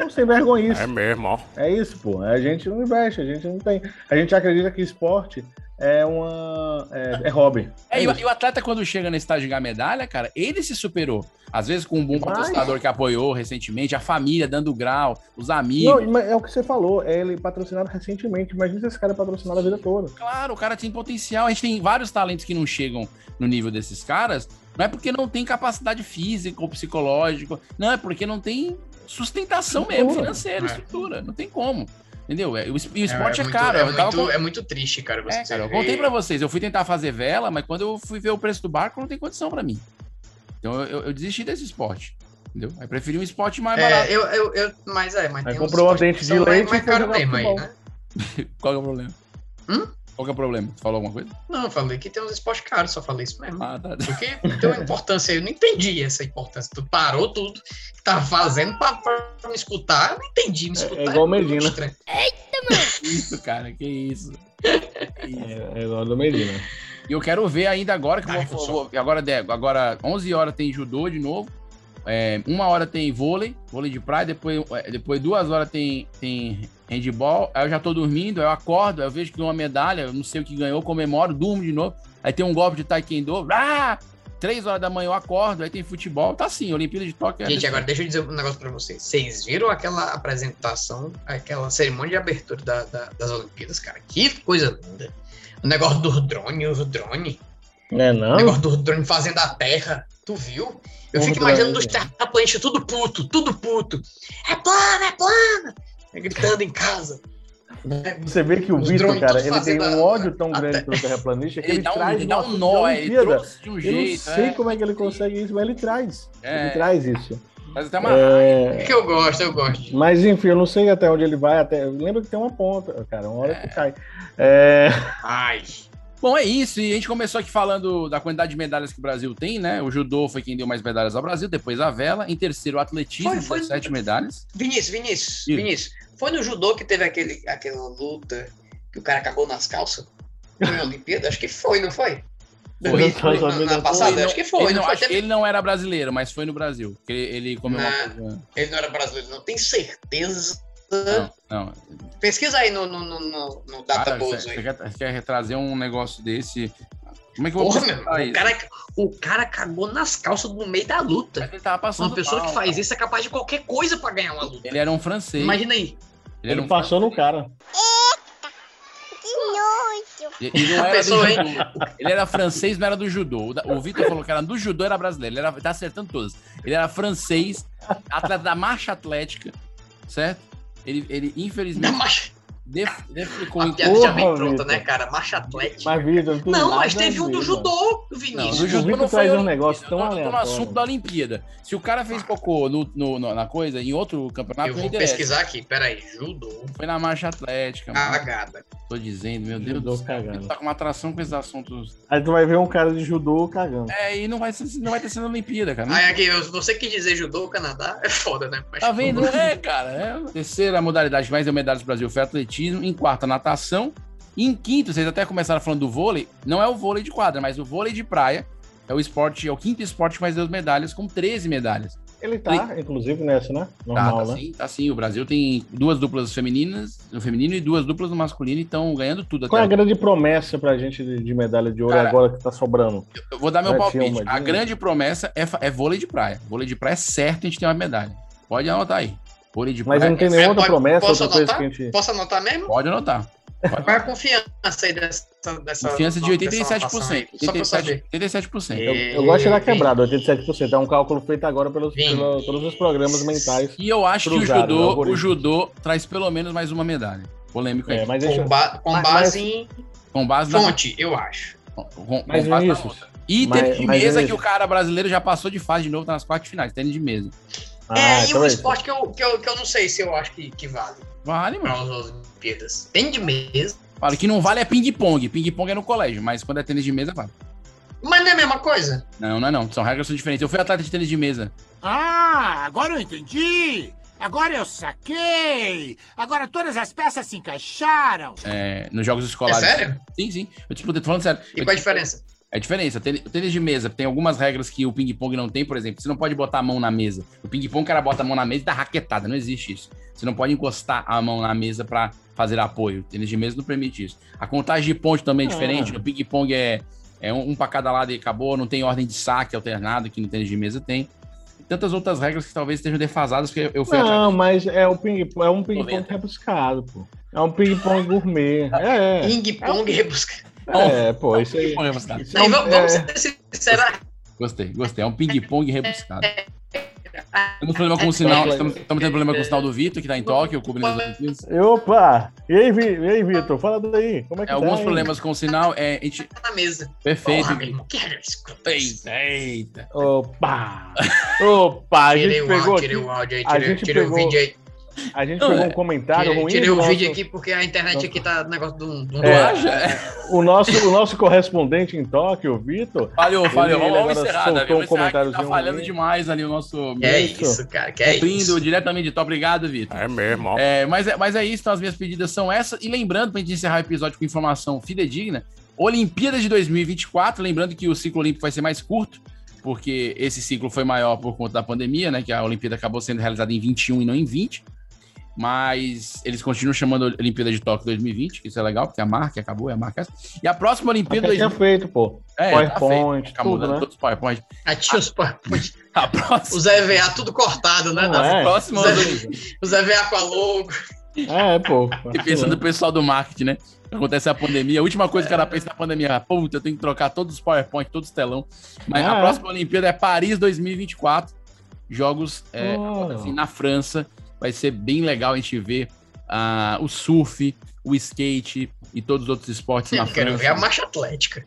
com sem vergonhice.
É mesmo, ó.
É isso, pô. A gente não investe, a gente não tem. A gente acredita que esporte é uma. é, é hobby.
É, e, o, e o atleta, quando chega nesse estágio de ganhar medalha, cara, ele se superou. Às vezes com um bom
Demais.
patrocinador que apoiou recentemente, a família dando grau, os amigos.
Não, mas é o que você falou, é ele patrocinado recentemente. Imagina se esse cara é patrocinado a vida toda.
Claro, o cara tem potencial. A gente tem vários talentos que não chegam no nível desses caras. Não é porque não tem capacidade física ou psicológica. Não, é porque não tem sustentação mesmo,
Estrutura.
financeira,
É.
estrutura. Não tem como. Entendeu? É, o es- E o
É,
esporte é,
muito-
caro.
É
eu tava
muito,
com-
é muito triste, cara. Você
É, cara, eu
ver.
contei pra vocês, eu fui tentar fazer vela, mas quando eu fui ver o preço do barco, não tem condição pra mim. Então eu, eu- eu desisti desse esporte. Entendeu? Aí preferi um esporte mais barato.
É, eu, eu, eu, mas é, mas
Aí
tem
comprou um
uns
dente de
são mais-
leite
mais
e foi
caro
jogar
mesmo aí,
futebol.
né?
Qual que é o problema?
Hum?
Qual que é o problema? Tu falou alguma coisa?
Não, eu falei que tem uns esportes caros, só falei isso mesmo.
Ah, tá.
Porque tem uma importância, eu não entendi essa importância. Tu parou tudo que tá fazendo pra, pra me escutar, eu não entendi. Me escutar
É igual Medina.
Isso, cara, que isso. Que isso.
É igual do Medina.
E eu quero ver ainda agora que eu vou, vou- agora Dego, agora 11 horas tem judô de novo. É, uma hora tem vôlei, vôlei de praia, depois, é, depois duas horas tem, tem handball, aí eu já tô dormindo, aí eu acordo, aí eu vejo que ganhou uma medalha, eu não sei o que ganhou, comemoro, durmo de novo, aí tem um golpe de taekwondo, ah, três horas da manhã eu acordo, aí tem futebol, tá assim, Olimpíada de Tóquio. é
Gente,
desse
agora
jeito.
deixa eu dizer um negócio pra vocês. Vocês viram aquela apresentação, aquela cerimônia de abertura da- da- das Olimpíadas, cara? Que coisa linda. O negócio do drone, o drone.
Não é
O
não?
negócio do drone fazendo a terra. Tu viu? Eu
Porra,
fico imaginando
drone.
os terraplanistas tudo puto, tudo puto. É plano, é plano! Gritando em casa.
Você vê que o
Os
Vitor,
drones
cara,
todos
ele tem
fazendo
um ódio tão grande pelo terraplanista que
Ele
ele,
dá um-
traz
ele dá
uma
um nó, ele
Olimpíada.
trouxe de um
Eu não
jeito,
sei
é.
como é que ele consegue isso, mas ele traz.
É.
Ele traz isso.
Mas até uma
É.
É que eu gosto, eu gosto.
Mas enfim, eu não sei até onde ele vai. Até... Lembra que tem uma ponta, cara, uma hora que cai. É...
Ai.
Bom, é isso. E a gente começou aqui falando da quantidade de medalhas que o Brasil tem, né? O judô foi quem deu mais medalhas ao Brasil, depois a vela. Em terceiro, o atletismo,
Foi, foi.
17 medalhas.
Vinícius, Vinícius,
Ih.
Vinícius. Foi no judô que teve aquele, aquela luta que o cara cagou nas calças? Foi na Olimpíada? Acho que foi, não foi?
Foi.
Foi na-
assim.
na
Ele
passada,
não-
acho que foi.
Ele não,
Não foi?
acho que
Teve-
ele não era brasileiro, mas foi no Brasil. que Ele, ele comeu uma
Não.
coisa.
Ele não era brasileiro, não. Tem certeza.
Não,
Pesquisa aí no, no, no, no,
cara,
no
você,
database
você
aí.
quer, quer trazer um negócio desse? Como é que eu vou
Porra, meu,
apresentar
o, cara, o cara cagou nas calças no meio da luta.
Ele tava passando
uma pessoa
mal,
que faz isso é capaz de qualquer coisa pra ganhar uma luta.
Ele era um francês.
Imagina aí.
Ele era um
Passou no cara.
E- e não era do
Pensou, hein?
judô. Ele era francês, não era do judô. O da- O Vitor falou que era do judô, era brasileiro. Ele era, tá acertando todas. Ele era francês, atleta da marcha atlética, certo? Ele, ele
Da
infelizmente,
marcha.
def- defecou
A
em
piada já vem
Porra,
pronta,
Vitor.
né, cara? Marcha atlética.
Mas, Vitor, tem
Não, mas
nada
teve
a
um do
ver,
judô,
Não,
Vinícius.
do
O
judô
Vitor
não foi
traz um
Olimpíada.
negócio tão
Eu tô no assunto
aleatório.
da Olimpíada. Se o cara fez cocô no, no- no- na coisa, em outro campeonato,
Eu
não
vou
interessa.
pesquisar aqui, peraí. Judô.
Foi na marcha atlética, mano.
Cagada.
Tô dizendo, meu Deus do
Judô
céu.
cagado.
Tá com uma atração com esses assuntos.
Aí tu vai ver um cara de judô cagando.
É, e não vai, ser- não vai ter sido Olimpíada, cara. Não
Aí aqui, você que dizer judô, Canadá, é foda, né? Mas
Tá vendo? É, cara. é. Terceira modalidade que mais deu medalhas do Brasil foi atletismo. Em quarta, natação. E em quinto, vocês até começaram falando do vôlei, não é o vôlei de quadra, mas o vôlei de praia. É o esporte, é o quinto esporte que mais deu medalhas, com 13 medalhas.
Ele tá, inclusive, nessa, né?
tá, tá
né?
sim, tá sim. O Brasil tem duas duplas femininas, no feminino e duas duplas no masculino, e estão ganhando tudo.
Qual é a
até
grande promessa pra gente de, de medalha de ouro
Cara,
agora que tá sobrando?
Eu Vou dar meu
Vai ter
palpite.
uma,
a
né?
grande promessa é, fa- é vôlei de praia. Vôlei de praia é certo a gente tem uma medalha. Pode anotar aí. Vôlei de
Mas
praia.
não tem
é
nenhuma outra
certo.
promessa,
Posso
outra coisa
anotar?
que a gente.
Posso anotar mesmo?
Pode anotar.
Qual é a confiança aí dessa. dessa
Confiança de
dessa anotação aí?
87%.
Só pra eu saber.
87%.
Eu, eu gosto de
É,
tirar quebrado, 87%. É um cálculo feito agora pelos,
Vinte.
pela- pelos os programas mentais.
E eu acho que o
cruzados,
judô, o
algoritmos.
judô traz pelo menos mais uma medalha. Polêmico aí.
É, mas deixa-
Com, ba- com
Mas-
base
mas-
em
Com base na
fonte, eu acho.
Com, com
Mas,
base na
Vinícius,
luta. E
mas-
tênis de
mas, é
mesa que o
Vinícius-
cara brasileiro já passou de fase de novo, tá nas quartas de finais. Tênis de mesa.
é, e
então
um
é isso.
esporte que eu, que, eu, que eu não sei se eu acho que, que vale
Vale,
para
mano.
as Olimpíadas. Tem de mesa.
Fala que não vale é ping-pong. Ping-pong é no colégio, mas quando é tênis de mesa, vale.
Mas não é a mesma coisa?
Não, não é não. São regras são diferentes. Eu fui atleta de tênis de mesa.
Ah, agora eu entendi! Agora eu saquei! Agora todas as peças se encaixaram!
é, nos jogos escolares.
É sério?
Sim, sim. Eu disputei, tô falando sério.
E
Eu
qual a
dis-
diferença?
É a diferença. Tênis- O tênis de mesa tem algumas regras que o ping-pong não tem, por exemplo. Você não pode botar a mão na mesa. O ping-pong, o cara bota a mão na mesa e dá raquetada. Não existe isso. Você não pode encostar a mão na mesa pra fazer apoio. O tênis de mesa não permite isso. A contagem de pontos também é diferente.
Ah.
No ping-pong é, é um, um pra cada lado e acabou. Não tem ordem de saque alternado que no tênis de mesa tem. E tantas outras regras que talvez estejam defasadas, porque eu- eu fui atrás.
Não, mas é, o ping, é um ping-pong
90.
rebuscado, pô. É um ping-pong gourmet. É,
Ping pong rebuscado.
é, pô, isso aí.
Ping-pong rebuscado.
isso
Não,
aí
e tá Então vamos, vamos
é-
ser sinceros.
Gostei, gostei. É um ping-pong rebuscado. Temos problema com o sinal. Estamos, estamos tendo problema com o sinal do Vitor, que tá em Tóquio, o Cubo nos Estados Unidos.
Opa! E aí, Vi- e aí, Vitor? Fala daí. Como é que
É,
tá,
alguns
hein?
problemas com o sinal. É, a gente...
na mesa.
Perfeito.
Porra, meu irmão, que era escroto.
Eita, eita.
Opa! Opa! A
Tirei
gente
o áudio,
pegou.
tirei um
aqui-
o áudio aí,
a
tirei,
gente
tirei o
pegou-
vídeo aí.
A gente
Não,
pegou
é,
um comentário
Tirei,
ruim.
tirei o
nosso-
vídeo aqui porque a internet aqui tá negócio de um. de um-
Tu
É.
acha?
O nosso, o nosso correspondente em Tóquio, o Vitor.
Falhou, falhou.
Ele
Vamos, vamos
agora
encerrar,
soltou
Davi. Vamos encerrar
um
que tá
comentáriozinho
falhando
aí.
demais ali o nosso.
Que é isso, cara, que é
Vindo
isso.
diretamente de top. Obrigado, Vitor.
É mesmo.
É, mas, é, mas é isso, então as minhas pedidas são essas. E lembrando, pra gente encerrar o episódio com informação fidedigna, Olimpíadas de 2024, lembrando que o ciclo olímpico vai ser mais curto, porque esse ciclo foi maior por conta da pandemia, né? Que a Olimpíada acabou sendo realizada em 21 e não em 20. Mas eles continuam chamando a Olimpíada de Tóquio 2020, que isso é legal, porque a marca acabou, é a marca essa. E a próxima Olimpíada.
Já tinha
2020
feito, pô.
É, tá
PowerPoint,
feito, tá
tudo,
mudando
né?
todos os PowerPoint.
Ativa Ah, os PowerPoint.
A próxima.
Os EVA tudo cortado, né?
Não é?
Próxima
Os EVA, os EVA com a logo.
É, pô.
E pensando no pessoal do marketing, né? Acontece a pandemia, a última coisa que o cara pensa na pandemia é, puta, eu tenho que trocar todos os PowerPoint, todos os telão. Mas
Ah,
a
é?
próxima Olimpíada é Paris 2024. Jogos é,
Oh.
acontecem na França. Vai ser bem legal a gente ver ah, o surf, o skate e todos os outros esportes na
Eu quero ver a
França.
marcha atlética.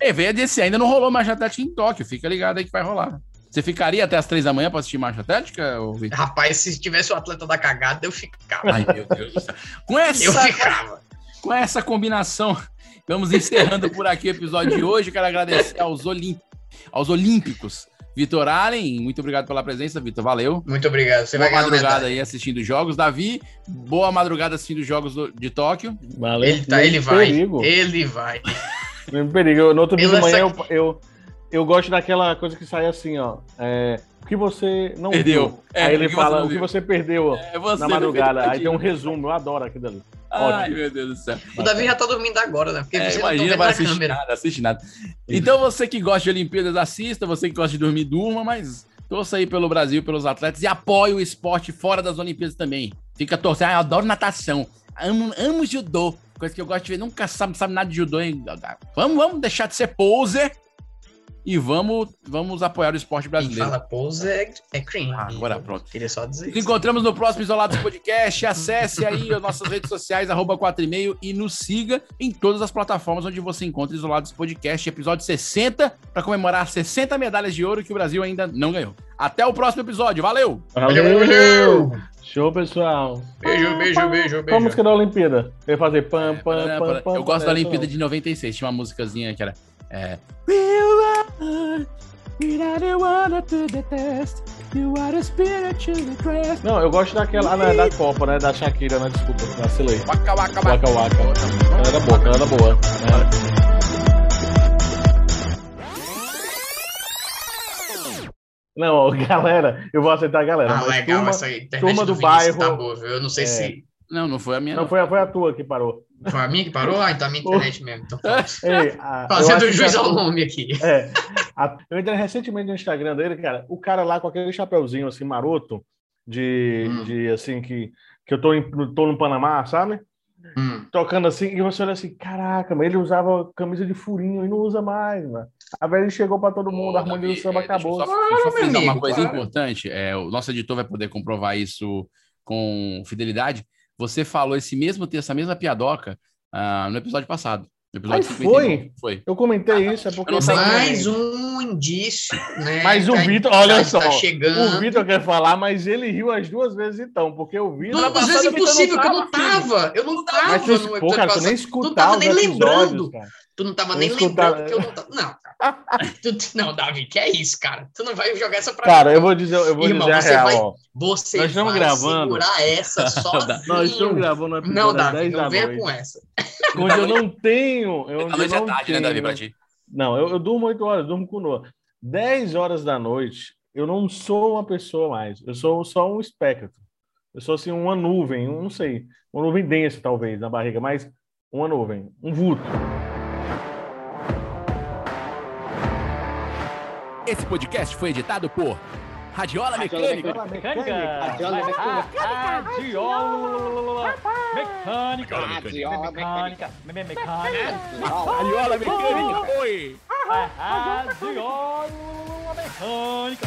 É, veio desse, ainda não rolou marcha atlética em Tóquio. Fica ligado aí que vai rolar. Você ficaria até as três da manhã pra assistir marcha atlética, ô Vitor?
Rapaz, se tivesse o atleta da cagada, eu ficava.
Ai, meu Deus do céu. Com
Eu
essa,
ficava.
com essa combinação, vamos encerrando por aqui o episódio de hoje. Quero agradecer aos, Olim- aos Olímpicos. Vitor Allen, muito obrigado pela presença, Vitor. Valeu.
Muito obrigado. Você
boa
vai ganhar uma
madrugada
medalha.
aí assistindo os jogos. Davi, boa madrugada assistindo os jogos do- de Tóquio.
Valeu.
Ele, tá,
Meio
ele vai.
Perigo.
Ele vai.
Meio perigo. Eu, no outro dia de
Ele
manhã
é
eu, eu, eu gosto daquela coisa que sai assim, ó. É, o que você não
Perdeu.
viu.
É,
aí ele
o que você
fala
não
o que
viu.
você perdeu ó,
É, você
na
não
madrugada.
fez
Aí tem um
sentido.
resumo. Eu adoro aquilo ali.
Ai,
Ótimo.
meu Deus do céu.
O Davi já tá dormindo agora, né? Porque
É,
vocês não tão
imagina,
vendo
vai
na
assistir
câmera.
nada, assiste nada. Então você que gosta de Olimpíadas, assista. Você que gosta de dormir, durma. Mas torça aí pelo Brasil, pelos atletas e apoie o esporte fora das Olimpíadas também. Fica torcendo. Ah, eu adoro natação. Amo, amo judô. Coisa que eu gosto de ver. Nunca sabe, sabe nada de judô, hein? Vamos, vamos deixar de ser poser e vamos, vamos apoiar o esporte
Quem
brasileiro.
fala pouso é, é cringe.
Ah, Agora pronto.
Queria só dizer
Nos encontramos no próximo Isolados Podcast. Acesse aí as nossas redes sociais, arroba 4 e meio, e nos siga em todas as plataformas onde você encontra Isolados Podcast, episódio 60, para comemorar 60 medalhas de ouro que o Brasil ainda não ganhou. Até o próximo episódio. Valeu!
Valeu. Show, pessoal.
Beijo, beijo, beijo,
Qual a
beijo.
música da Olimpíada? Eu ia fazer pam, pam, pam, pam.
É, Eu gosto da
pam,
Olimpíada
pam.
de 96. Tinha uma musicazinha que era... É,
Não, eu gosto daquela ah, não, é da Copa, né? Da Shakira, né? Desculpa, vacilei.
Waka waka
Waka Waka. Ela era boa, ela era boa. É. né? Não, ó, galera, eu vou aceitar a galera.
Ah,
mas
legal
turma-
essa aí. internet
turma do
Vinícius
bairro.
Tá boa, viu? Eu não sei
É.
se
Não, não foi a
é
minha.
Não, foi, a- foi a tua que parou.
foi a minha que parou. Ah, então a minha internet mesmo. Então, Tá
Ei, a- eu
fazendo
acho
juiz
que tá- a
ao
turma-
nome aqui.
É. A- eu entrei recentemente no Instagram dele, cara. O cara lá com aquele chapeuzinho assim, maroto, de,
Hum.
de assim, que, que eu tô, em, tô no Panamá, sabe? Tocando assim, e você olha assim, caraca, mas ele usava camisa de furinho e não usa mais, mano. A velha chegou pra todo mundo, a harmonia do samba acabou.
é,
Ah, é
Só, só frisar uma coisa importante, é, o nosso editor vai poder comprovar isso com fidelidade. Você falou esse mesmo texto, essa mesma piadoca, ah, no episódio passado. No episódio
Aí
51. Foi.
Eu comentei isso, é
Ah, tá.
porque.
não sei
Mais um indício, né?
Mas o
Tá-
Vitor,
tá-
um olha só,
Tá chegando.
o Vitor quer falar, mas ele riu as duas vezes então, porque o Vitor...
Duas vezes
Passada, o
é
Vitor
impossível, que eu
tava
não tava. Eu não tava
Mas tu,
no
pô, cara, tu
episódio passado.
nem
Tu não
escutava
tava
os
nem
episódios,
lembrando.
cara.
Tu não tava
Eu
nem
escutava-
lembrando que eu não tava. Não, cara. Tu- tu- não, Davi, que é isso, cara. Tu não vai jogar essa pra
Cara,
mim.
eu vou dizer, eu vou
Irmão,
dizer a
você
real,
vai-
ó.
Você
Nós estamos
vai
gravando.
segurar essa sozinho.
Nós estamos gravando no episódio
Não,
às
Davi,
10 da
não venha
noite.
com essa.
Onde eu não tenho... Eu, onde eu
Talvez é
não
tarde, né,
tenho...
Davi, pra ti?
Não, eu, eu durmo 8 horas, eu durmo com o Noah. 10 horas da noite, eu não sou uma pessoa mais. Eu sou só um espectro. Eu sou assim, uma nuvem, um- não sei. Uma nuvem densa, talvez, na barriga, mas uma nuvem, um vulto.
Esse podcast foi editado por Radiola Mecânica.
Radiola Ah, mecânica. Radiola mecânica. me- Mecânica.
Radiola mecânica. Oi.
Radiola mecânica.